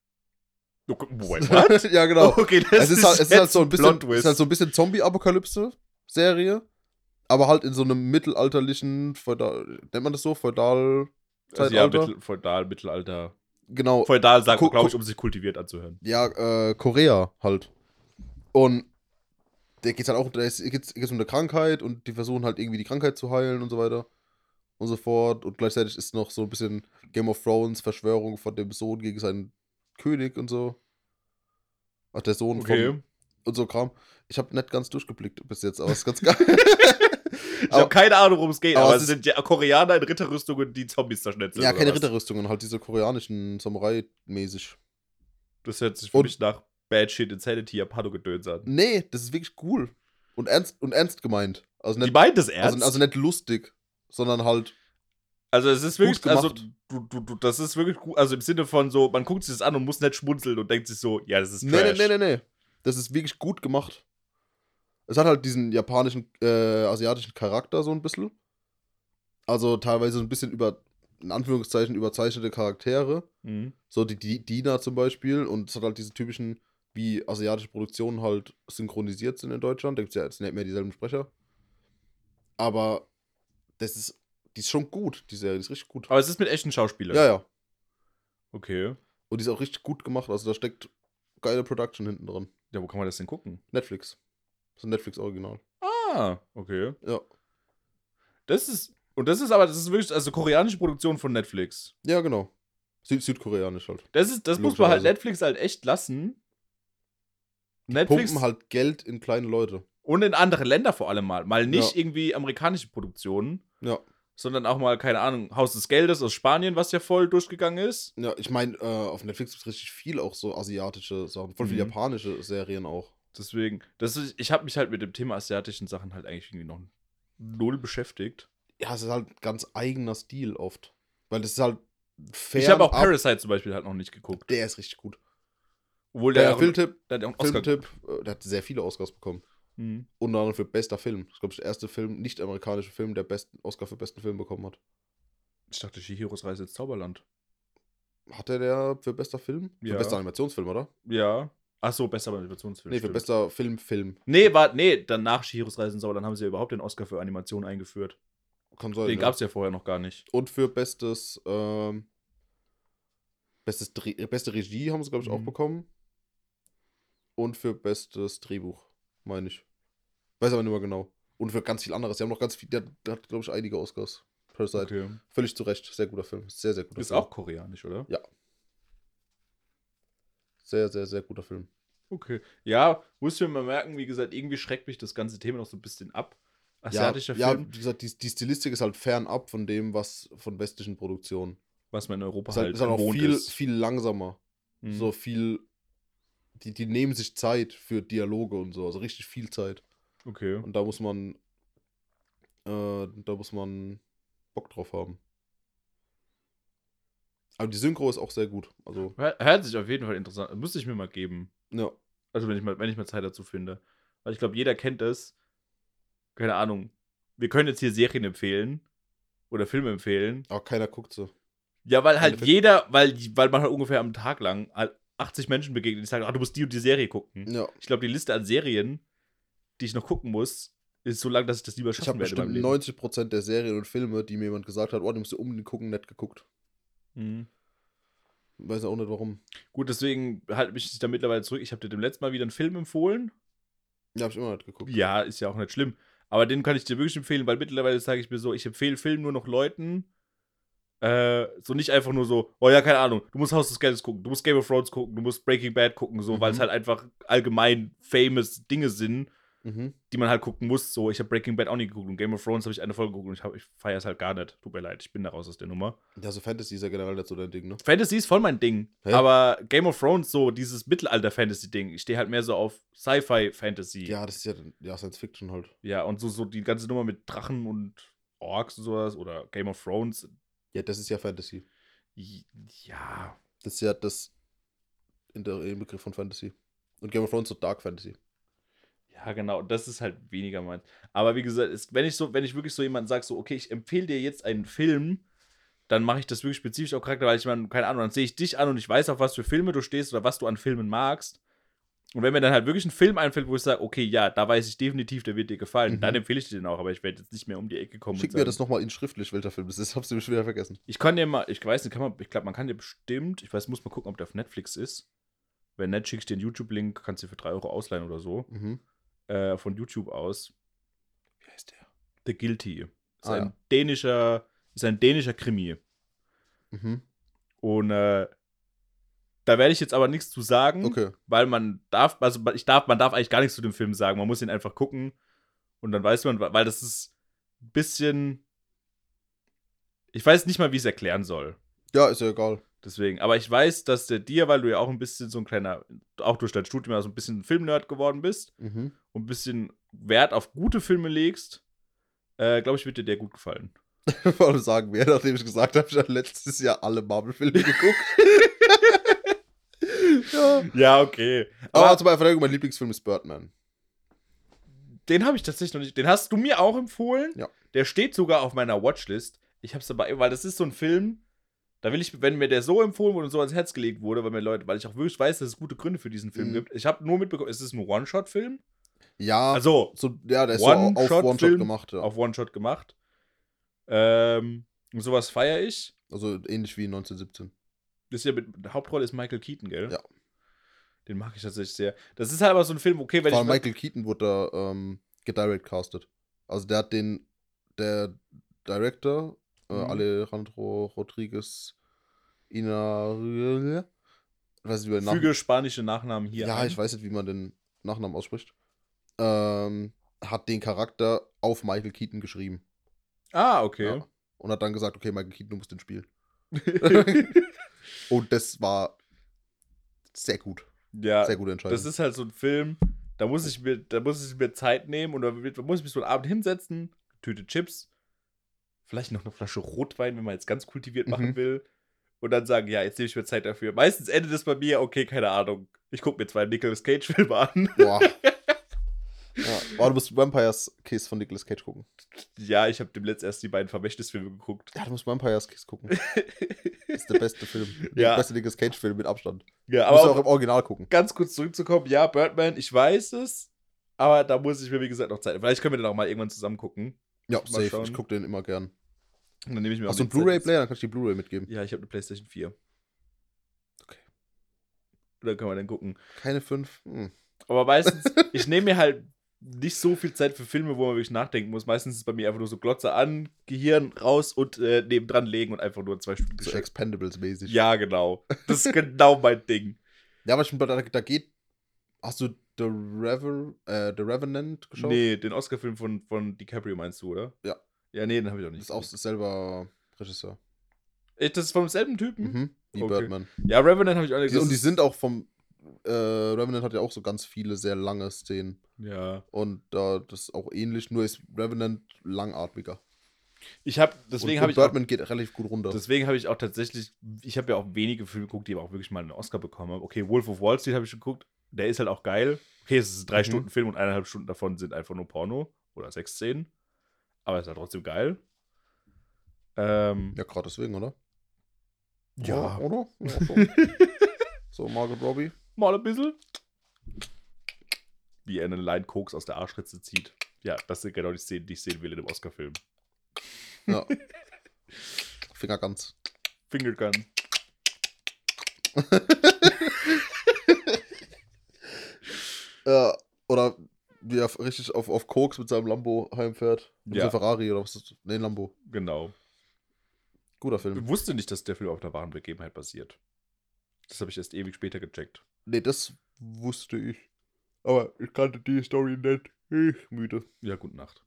Speaker 2: Wait, what?
Speaker 1: ja, (laughs) genau.
Speaker 2: Okay, (laughs)
Speaker 1: es
Speaker 2: das
Speaker 1: ist, halt, es ist halt so ein bisschen, es
Speaker 2: Plot-Twist.
Speaker 1: ist halt so ein bisschen Zombie-Apokalypse-Serie. Aber halt in so einem mittelalterlichen, Feudal, nennt man das so? Feudal.
Speaker 2: also, ja,
Speaker 1: Zeitalter.
Speaker 2: Mittel, feudal, Mittelalter.
Speaker 1: Genau.
Speaker 2: Feudal sagt
Speaker 1: Gu-
Speaker 2: man, glaube ich,
Speaker 1: gu-
Speaker 2: um sich kultiviert anzuhören.
Speaker 1: ja, äh, Korea halt. Und der geht's halt auch, da ist- geht's, geht's um eine Krankheit und die versuchen halt irgendwie die Krankheit zu heilen und so weiter und so fort. Und gleichzeitig ist noch so ein bisschen Game of Thrones Verschwörung von dem Sohn gegen seinen König und so. Ach, der Sohn vom,
Speaker 2: Okay.
Speaker 1: und so Kram. Ich habe nicht ganz durchgeblickt bis jetzt, aber es ist ganz
Speaker 2: (laughs)
Speaker 1: geil.
Speaker 2: Ich
Speaker 1: aber-
Speaker 2: habe keine Ahnung, worum es geht,
Speaker 1: aber
Speaker 2: aber
Speaker 1: es
Speaker 2: es sind ja Koreaner in Ritterrüstungen, die Zombies zerschnetzen.
Speaker 1: ja,
Speaker 2: oder
Speaker 1: keine
Speaker 2: was?
Speaker 1: Ritterrüstungen, halt diese koreanischen Samurai-mäßig.
Speaker 2: Das hört sich für
Speaker 1: Und- Ne,
Speaker 2: mich nach Bad Shit Insanity Japano-Gedöns an.
Speaker 1: Nee, das ist wirklich cool. Und ernst, und ernst gemeint. Also
Speaker 2: Die
Speaker 1: nicht,
Speaker 2: meint das ernst?
Speaker 1: also, also nicht lustig, sondern halt
Speaker 2: Also es ist
Speaker 1: Gut
Speaker 2: wirklich, also
Speaker 1: gemacht.
Speaker 2: du, du, du, das ist wirklich gut, also im Sinne von so, man guckt sich das an und muss nicht schmunzeln und denkt sich so, ja, das ist
Speaker 1: Nee,
Speaker 2: Trash.
Speaker 1: nee, nee, nee, nee. Das ist wirklich gut gemacht. Es hat halt diesen japanischen, äh, asiatischen Charakter so ein bisschen. Also teilweise so ein bisschen über, in Anführungszeichen, überzeichnete Charaktere.
Speaker 2: Mhm.
Speaker 1: So die, die Dina zum Beispiel. Und es hat halt diese typischen, wie asiatische Produktionen halt synchronisiert sind in Deutschland. Da gibt es ja jetzt nicht mehr dieselben Sprecher. Aber das ist, die ist schon gut, die Serie. Die ist richtig gut.
Speaker 2: Aber es ist mit echten Schauspielern.
Speaker 1: Ja, ja.
Speaker 2: Okay.
Speaker 1: Und die ist auch richtig gut gemacht. Also da steckt geile Production hinten drin.
Speaker 2: Ja, wo kann man das denn gucken?
Speaker 1: Netflix. Das ist ein Netflix-Original.
Speaker 2: Ah, okay.
Speaker 1: Ja.
Speaker 2: Das ist, und das ist aber, das ist wirklich, also koreanische Produktion von Netflix.
Speaker 1: Ja, genau. Süd Südkoreanisch halt.
Speaker 2: Das ist, das muss man halt
Speaker 1: Logischerweise.
Speaker 2: Netflix halt echt lassen. Netflix
Speaker 1: Pumpen halt Geld in kleine Leute.
Speaker 2: und in andere Länder vor allem mal. Mal nicht
Speaker 1: Ja.
Speaker 2: irgendwie amerikanische Produktionen,
Speaker 1: Ja.
Speaker 2: sondern auch mal, keine Ahnung, Haus des Geldes aus Spanien, was ja voll durchgegangen ist.
Speaker 1: Ja, ich meine, äh, auf Netflix gibt es richtig viel auch so asiatische Sachen. Voll viele
Speaker 2: Mhm.
Speaker 1: japanische Serien auch.
Speaker 2: Deswegen, das ist, ich habe mich halt mit dem Thema asiatischen Sachen halt eigentlich irgendwie noch null beschäftigt.
Speaker 1: Ja, es ist halt ganz eigener Stil oft. Weil das ist halt fair.
Speaker 2: ich habe auch Parasite zum Beispiel halt noch nicht geguckt.
Speaker 1: Der ist richtig gut.
Speaker 2: Obwohl
Speaker 1: Der
Speaker 2: der,
Speaker 1: ja, Filmtipp,
Speaker 2: der hat ja auch einen Oscar.
Speaker 1: Filmtipp, äh, der hat sehr viele Oscars bekommen.
Speaker 2: Mhm.
Speaker 1: Unter anderem für bester Film. Das ist, glaube ich, der erste Film, nicht amerikanische Film, der besten Oscar für besten Film bekommen hat.
Speaker 2: Ich dachte, Shihiros Reise ins Zauberland.
Speaker 1: Hat er der für bester Film? Für
Speaker 2: Ja.
Speaker 1: bester Animationsfilm, oder?
Speaker 2: Ja. Ach so, bester Animationsfilm.
Speaker 1: Nee, für
Speaker 2: stimmt.
Speaker 1: bester Film, Film.
Speaker 2: Nee, war, nee, danach Shihiros Reisen sauer, dann haben sie ja überhaupt den Oscar für Animation eingeführt.
Speaker 1: Kann sein,
Speaker 2: Den
Speaker 1: ja.
Speaker 2: gab's ja vorher noch gar nicht.
Speaker 1: ne? Und für bestes, ähm, bestes Dre äh, beste Regie haben sie, glaube ich, auch
Speaker 2: Mhm.
Speaker 1: bekommen. Und für bestes Drehbuch, meine ich. Weiß aber nicht mehr genau. Und für ganz viel anderes. Sie haben noch ganz viel, der, der hat, glaube ich, einige Oscars. Parasite.
Speaker 2: Okay.
Speaker 1: Völlig zu Recht. Sehr guter Film. Sehr, sehr guter
Speaker 2: Ist
Speaker 1: Film.
Speaker 2: auch koreanisch, oder?
Speaker 1: Sehr, sehr, sehr guter Film.
Speaker 2: Okay. Ja, muss ich mir mal merken, wie gesagt, irgendwie schreckt mich das ganze Thema noch so ein bisschen ab. Asiatischer
Speaker 1: ja,
Speaker 2: Film,
Speaker 1: Ja, wie gesagt, die, die Stilistik ist halt fernab von dem, was von westlichen Produktionen.
Speaker 2: was man in Europa
Speaker 1: Ist halt,
Speaker 2: halt,
Speaker 1: ist halt auch
Speaker 2: gewohnt
Speaker 1: viel,
Speaker 2: ist.
Speaker 1: viel langsamer.
Speaker 2: Mhm.
Speaker 1: So viel. Die, die nehmen sich Zeit für Dialoge und so, also richtig viel Zeit.
Speaker 2: Okay.
Speaker 1: Und da muss man. Äh, da muss man Bock drauf haben. Aber die Synchro ist auch sehr gut. Also,
Speaker 2: Hör- Hört sich auf jeden Fall interessant. Müsste ich mir mal geben.
Speaker 1: ja.
Speaker 2: Also, wenn ich mal, wenn ich mal Zeit dazu finde. Weil ich glaube, jeder kennt das. Keine Ahnung. Wir können jetzt hier Serien empfehlen. Oder Filme empfehlen.
Speaker 1: Aber keiner guckt so.
Speaker 2: Ja, weil halt
Speaker 1: Endeffekt-
Speaker 2: jeder, weil, weil man halt ungefähr am Tag lang halt 80 Menschen begegnet, die sagen, ah, du musst die und die Serie gucken.
Speaker 1: Ja.
Speaker 2: Ich glaube, die Liste an Serien, die ich noch gucken muss, ist so lang, dass ich das lieber
Speaker 1: Ich
Speaker 2: schaffen
Speaker 1: habe
Speaker 2: werde
Speaker 1: bestimmt
Speaker 2: beim Leben.
Speaker 1: 90% der Serien und Filme, die mir jemand gesagt hat, oh, die musst du unbedingt gucken, nett geguckt.
Speaker 2: Mhm.
Speaker 1: Weiß auch nicht warum.
Speaker 2: Gut, deswegen halte ich mich da mittlerweile zurück. Ich habe dir dem letzten Mal wieder einen Film empfohlen.
Speaker 1: Ja, hab ich immer nicht geguckt.
Speaker 2: Ja, ist ja auch nicht schlimm. Aber den kann ich dir wirklich empfehlen, weil mittlerweile sage ich mir so, ich empfehle Film nur noch Leuten. Äh, so nicht einfach nur so, oh ja, keine Ahnung, du musst Haus des Geldes gucken, du musst Game of Thrones gucken, du musst Breaking Bad gucken, so, weil es
Speaker 1: Mhm.
Speaker 2: halt einfach allgemein famous Dinge sind,
Speaker 1: Mhm.
Speaker 2: die man halt gucken muss. So, ich habe Breaking Bad auch nie geguckt und Game of Thrones habe ich eine Folge geguckt und ich, hab- ich feiere es halt gar nicht. Tut mir leid, ich bin da raus aus der Nummer.
Speaker 1: Ja, so Fantasy ist ja generell nicht so dein Ding, ne?
Speaker 2: Fantasy ist voll mein Ding.
Speaker 1: Hä?
Speaker 2: Aber Game of Thrones, so dieses Mittelalter-Fantasy-Ding, ich stehe halt mehr so auf Sci-Fi-Fantasy.
Speaker 1: Ja, das ist ja, dann- ja Science Fiction halt.
Speaker 2: Ja, und so, so die ganze Nummer mit Drachen und Orks und sowas oder Game of Thrones.
Speaker 1: Ja, das ist ja Fantasy.
Speaker 2: j- Ja.
Speaker 1: Das ist ja das in der im Begriff von Fantasy. Und Game of Thrones so Dark Fantasy.
Speaker 2: Ja, genau. Das ist halt weniger meins. Aber wie gesagt, ist, wenn ich so, wenn ich wirklich so jemanden sage, so, okay, ich empfehle dir jetzt einen Film, dann mache ich das wirklich spezifisch auf Charakter, weil ich meine, keine Ahnung, dann sehe ich dich an und ich weiß, auf was für Filme du stehst oder was du an Filmen magst. Und wenn mir dann halt wirklich ein Film einfällt, wo ich sage, okay, ja, da weiß ich definitiv, der wird dir gefallen,
Speaker 1: Mhm.
Speaker 2: dann empfehle ich dir den auch, aber ich werde jetzt nicht mehr um die Ecke kommen. und
Speaker 1: Schick mir
Speaker 2: sagen,
Speaker 1: das nochmal in schriftlich, welcher Film das ist. (laughs) Hab's nämlich wieder vergessen.
Speaker 2: Ich kann dir mal, ich weiß nicht, kann man, ich glaube, man kann dir bestimmt, ich weiß, muss mal gucken, ob der auf Netflix ist. Wenn nicht, schicke ich dir einen YouTube-Link, kannst du für 3 Euro ausleihen oder so.
Speaker 1: Mhm.
Speaker 2: Äh, von YouTube aus. Wie heißt der? The Guilty. Ist
Speaker 1: Ah,
Speaker 2: ein
Speaker 1: ja.
Speaker 2: dänischer, ist ein dänischer Krimi.
Speaker 1: Mhm.
Speaker 2: Und äh, da werde ich jetzt aber nichts zu sagen,
Speaker 1: Okay.
Speaker 2: weil man darf, also ich darf, man darf eigentlich gar nichts zu dem Film sagen. Man muss ihn einfach gucken und dann weiß man, weil das ist ein bisschen. Ich weiß nicht mal, wie ich es erklären soll.
Speaker 1: Ja, ist ja egal.
Speaker 2: Deswegen, aber ich weiß, dass der dir, weil du ja auch ein bisschen so ein kleiner, auch durch dein Studium ja so ein bisschen Filmnerd geworden bist
Speaker 1: Mhm.
Speaker 2: und ein bisschen Wert auf gute Filme legst, äh, glaube ich, wird dir der gut gefallen.
Speaker 1: (laughs) Vor allem sagen wir, (laughs) nachdem ich gesagt habe, ich habe letztes Jahr alle
Speaker 2: (laughs)
Speaker 1: Marvel-Filme geguckt. ja.
Speaker 2: Ja, okay.
Speaker 1: Aber, also
Speaker 2: Aber
Speaker 1: zum Beispiel, mein Lieblingsfilm ist Birdman.
Speaker 2: den habe ich tatsächlich noch nicht. Den hast du mir auch empfohlen.
Speaker 1: Ja.
Speaker 2: Der steht sogar auf meiner Watchlist. Ich hab's aber, weil das ist so ein Film, da will ich, wenn mir der so empfohlen wurde und so ans Herz gelegt wurde, weil mir Leute, weil ich auch wirklich weiß, dass es gute Gründe für diesen Film
Speaker 1: Mhm. Ah.
Speaker 2: gibt. Ich habe nur mitbekommen, es ist ein One-Shot-Film.
Speaker 1: Ja,
Speaker 2: Also,
Speaker 1: so, ja der ist so auf
Speaker 2: One-Shot-Film
Speaker 1: One-Shot gemacht. Ja.
Speaker 2: auf One-Shot gemacht. Ähm, und sowas feiere ich.
Speaker 1: also ähnlich wie 1917.
Speaker 2: Ist ja mit, Hauptrolle ist Michael Keaton, gell?
Speaker 1: Ja.
Speaker 2: Den mag ich tatsächlich sehr. Das ist halt aber so ein Film, okay, wenn
Speaker 1: Vor allem
Speaker 2: ich.
Speaker 1: Michael Keaton wurde da ähm, gedirect castet. Also der hat den, der Director, äh,
Speaker 2: Mhm.
Speaker 1: Alejandro Rodriguez Inarriel, weiß nicht, wie er den Nachnamen-
Speaker 2: füge spanische Nachnamen hier.
Speaker 1: Ja,
Speaker 2: ein.
Speaker 1: ich weiß nicht, wie man den Nachnamen ausspricht. Ähm, hat den Charakter auf Michael Keaton geschrieben.
Speaker 2: Ah, okay.
Speaker 1: Ja. Und hat dann gesagt, okay, Michael Keaton, du musst den spielen.
Speaker 2: (laughs)
Speaker 1: Und das war sehr gut.
Speaker 2: Ja,
Speaker 1: Sehr gute Entscheidung.
Speaker 2: das ist halt so ein Film, da muss ich mir, da muss ich mir Zeit nehmen und da wird- da muss ich mich so einen Abend hinsetzen, Tüte Chips, vielleicht noch eine Flasche Rotwein, wenn man jetzt ganz kultiviert machen
Speaker 1: Mhm.
Speaker 2: will. Und dann sagen, ja, jetzt nehme ich mir Zeit dafür. Meistens endet es bei (laughs) mir, okay, keine Ahnung. Ich gucke mir zwei Nicolas Cage-Filme an.
Speaker 1: Boah. ja. Oh, du musst Vampires Kiss von Nicolas Cage gucken.
Speaker 2: Ja, ich habe dem letzten erst die beiden Vermächtnisfilme geguckt.
Speaker 1: Ja, du musst Vampires Kiss gucken. ist der beste Film.
Speaker 2: (laughs) Ja.
Speaker 1: Der beste Nicolas Cage Film mit Abstand.
Speaker 2: Ja,
Speaker 1: Aber musst
Speaker 2: aber um
Speaker 1: du auch
Speaker 2: auch
Speaker 1: im Original gucken.
Speaker 2: ganz kurz zurückzukommen, ja, Birdman, ich weiß es, aber da muss ich mir, wie gesagt, noch Zeit. Vielleicht können wir den auch mal irgendwann zusammen gucken.
Speaker 1: Ja,
Speaker 2: Mal
Speaker 1: safe.
Speaker 2: schauen.
Speaker 1: Ich gucke den immer gern.
Speaker 2: Und dann nehme ich mir auch
Speaker 1: Hast du einen
Speaker 2: die Zeit
Speaker 1: Blu-ray-Player? Dann kann ich die Blu-ray mitgeben.
Speaker 2: Ja, ich habe eine PlayStation 4.
Speaker 1: Okay.
Speaker 2: Oder können wir dann gucken.
Speaker 1: Keine fünf. Hm. (laughs)
Speaker 2: Aber meistens, ich nehme mir halt nicht so viel Zeit für Filme, wo man wirklich nachdenken muss. Meistens ist bei mir einfach nur so Glotze an, Gehirn raus und äh, nebendran legen und einfach nur zwei Stunden.
Speaker 1: So Expendables-mäßig.
Speaker 2: ja, genau. Das ist genau mein Ding.
Speaker 1: ja, aber ich finde, da, da geht. Hast du The, Rever äh, The Revenant geschaut?
Speaker 2: Nee, den Oscar-Film von, von DiCaprio meinst du, oder?
Speaker 1: Ja.
Speaker 2: Ja, nee, den habe ich auch
Speaker 1: Das
Speaker 2: nicht.
Speaker 1: ist auch
Speaker 2: gesehen.
Speaker 1: selber Regisseur.
Speaker 2: Äh, Das ist vom selben Typen?
Speaker 1: Mhm. Wie
Speaker 2: Okay.
Speaker 1: Birdman.
Speaker 2: Ja, Revenant habe ich auch nicht
Speaker 1: Die, und die
Speaker 2: gesehen.
Speaker 1: sind auch vom. Äh, Revenant hat ja auch so ganz viele sehr lange Szenen.
Speaker 2: Ja.
Speaker 1: Und da das ist auch ähnlich, nur ist Revenant langatmiger.
Speaker 2: Ich habe, deswegen
Speaker 1: und,
Speaker 2: habe
Speaker 1: und
Speaker 2: ich auch
Speaker 1: Birdman geht relativ gut runter.
Speaker 2: Deswegen habe ich auch tatsächlich, ich habe ja auch wenige Filme geguckt, die aber auch wirklich mal einen Oscar bekommen haben. Okay, Wolf of Wall Street habe ich geguckt, der ist halt auch geil. Okay, es ist ein drei
Speaker 1: Mhm.
Speaker 2: Stunden Film und eineinhalb Stunden davon sind einfach nur Porno oder sechs Szenen. Aber ist halt trotzdem geil. Ähm,
Speaker 1: ja, gerade deswegen, oder?
Speaker 2: ja,
Speaker 1: Oder?
Speaker 2: (laughs)
Speaker 1: oder? Ja, schon. so, Margaret Robbie.
Speaker 2: mal ein bisschen. Wie er eine Line Koks aus der Arschritze zieht. Ja, das sind genau die Szenen, die ich sehen will in dem Oscar-Film.
Speaker 1: Ja. Finger ganz.
Speaker 2: Fingergun.
Speaker 1: Ja, Äh, oder wie er richtig auf, auf Koks mit seinem Lambo heimfährt. Mit
Speaker 2: Ja.
Speaker 1: seinem Ferrari oder was ist das? Nee, Lambo.
Speaker 2: Genau.
Speaker 1: Guter Film.
Speaker 2: Ich wusste nicht, dass der Film auf einer wahren Begebenheit basiert. Das habe ich erst ewig später gecheckt.
Speaker 1: Nee, das wusste ich. Aber ich kannte die Story nicht. Ich müde.
Speaker 2: Ja, gute Nacht.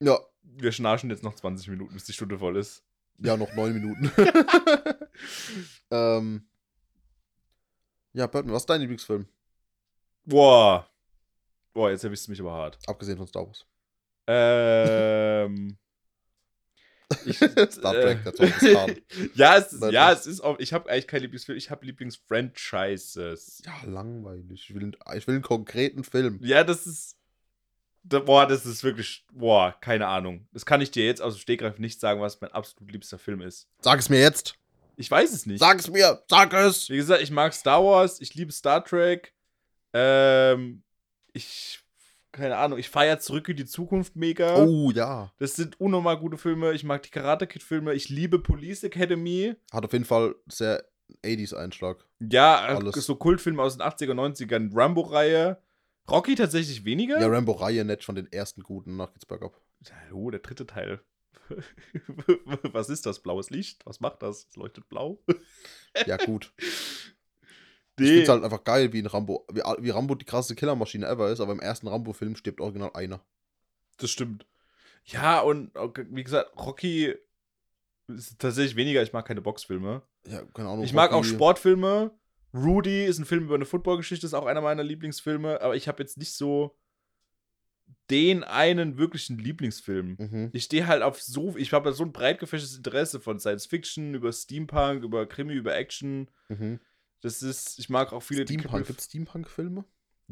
Speaker 1: Ja,
Speaker 2: Wir schnarchen jetzt noch 20 Minuten, bis die Stunde voll ist.
Speaker 1: ja, noch neun
Speaker 2: (laughs)
Speaker 1: Minuten. (laughs) ähm, ja, Birdman, was ist dein Lieblingsfilm?
Speaker 2: Boah. Boah, jetzt erwischt mich aber (laughs) hart.
Speaker 1: Abgesehen von Star Wars.
Speaker 2: Ähm. Ich, äh,
Speaker 1: Star Trek, that's all that's
Speaker 2: (laughs) ja, es ist,
Speaker 1: Nein,
Speaker 2: ja,
Speaker 1: das-
Speaker 2: es ist auch. Ich habe eigentlich kein Lieblingsfilm, ich habe Lieblingsfranchises.
Speaker 1: Ja, langweilig. Ich will, einen- ich will einen konkreten Film.
Speaker 2: Ja, das ist. Da, boah, das ist wirklich. Boah, keine Ahnung. Das kann ich dir jetzt aus dem Stegreif nicht sagen, was mein absolut liebster Film ist.
Speaker 1: Sag es mir jetzt.
Speaker 2: Ich weiß es nicht.
Speaker 1: Sag es mir. Sag es.
Speaker 2: Wie gesagt, ich mag Star Wars, ich liebe Star Trek. Ähm, ich, keine Ahnung, ich feiere zurück in die Zukunft mega.
Speaker 1: Oh ja.
Speaker 2: Das sind unnormal gute Filme. Ich mag die Karate Kid Filme. Ich liebe Police Academy.
Speaker 1: Hat auf jeden Fall sehr 80s-Einschlag.
Speaker 2: Ja, äh,
Speaker 1: Alles.
Speaker 2: so Kultfilme aus den 80er, 90ern. Rambo-Reihe. Rocky tatsächlich weniger.
Speaker 1: Ja, Rambo Reihe nett von den ersten guten nach geht's bergab.
Speaker 2: Hallo, der dritte Teil. (laughs) Was ist das? Blaues Licht? Was macht das? Es leuchtet blau. (laughs)
Speaker 1: Ja, gut. Ich
Speaker 2: Nee.
Speaker 1: find's halt einfach geil, wie in Rambo, wie, wie Rambo die krasseste Killermaschine ever ist, aber im ersten Rambo-Film stirbt original einer.
Speaker 2: Das stimmt. Ja, und okay, wie gesagt, Rocky ist tatsächlich weniger. Ich mag keine Boxfilme.
Speaker 1: Ja, keine Ahnung.
Speaker 2: Ich mag
Speaker 1: Oh,
Speaker 2: auch
Speaker 1: Rocky-
Speaker 2: Sportfilme. Rudy ist ein Film über eine Footballgeschichte, ist auch einer meiner Lieblingsfilme. Aber ich habe jetzt nicht so den einen wirklichen Lieblingsfilm.
Speaker 1: Mhm.
Speaker 2: Ich stehe halt auf so, ich habe so ein breit gefächertes Interesse von Science Fiction über Steampunk, über Krimi, über Action.
Speaker 1: Mhm.
Speaker 2: Das ist, ich mag auch viele
Speaker 1: Steampunk.
Speaker 2: DiCaprio-
Speaker 1: Gibt's Steampunk-Filme?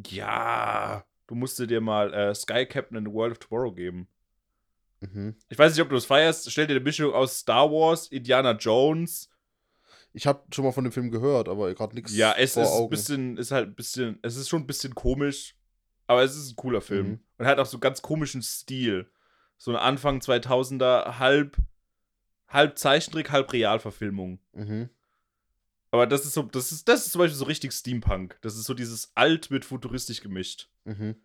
Speaker 2: Ja, du musst dir mal äh, Sky Captain in the World of Tomorrow geben.
Speaker 1: Mhm.
Speaker 2: Ich weiß nicht, ob du es feierst. Stell dir eine Mischung aus Star Wars, Indiana Jones.
Speaker 1: Ich habe schon mal von dem Film gehört, aber gerade nichts
Speaker 2: Ja, es
Speaker 1: vor
Speaker 2: ist ein
Speaker 1: Augen.
Speaker 2: bisschen, ist halt ein bisschen, es ist schon ein bisschen komisch, aber es ist ein cooler Film.
Speaker 1: Mhm.
Speaker 2: Und hat auch so einen ganz komischen Stil. So ein Anfang 2000er, halb, halb Zeichentrick, halb Realverfilmung.
Speaker 1: mhm.
Speaker 2: Aber das ist so, das ist, das ist zum Beispiel so richtig Steampunk. Das ist so dieses alt mit futuristisch gemischt.
Speaker 1: Mhm.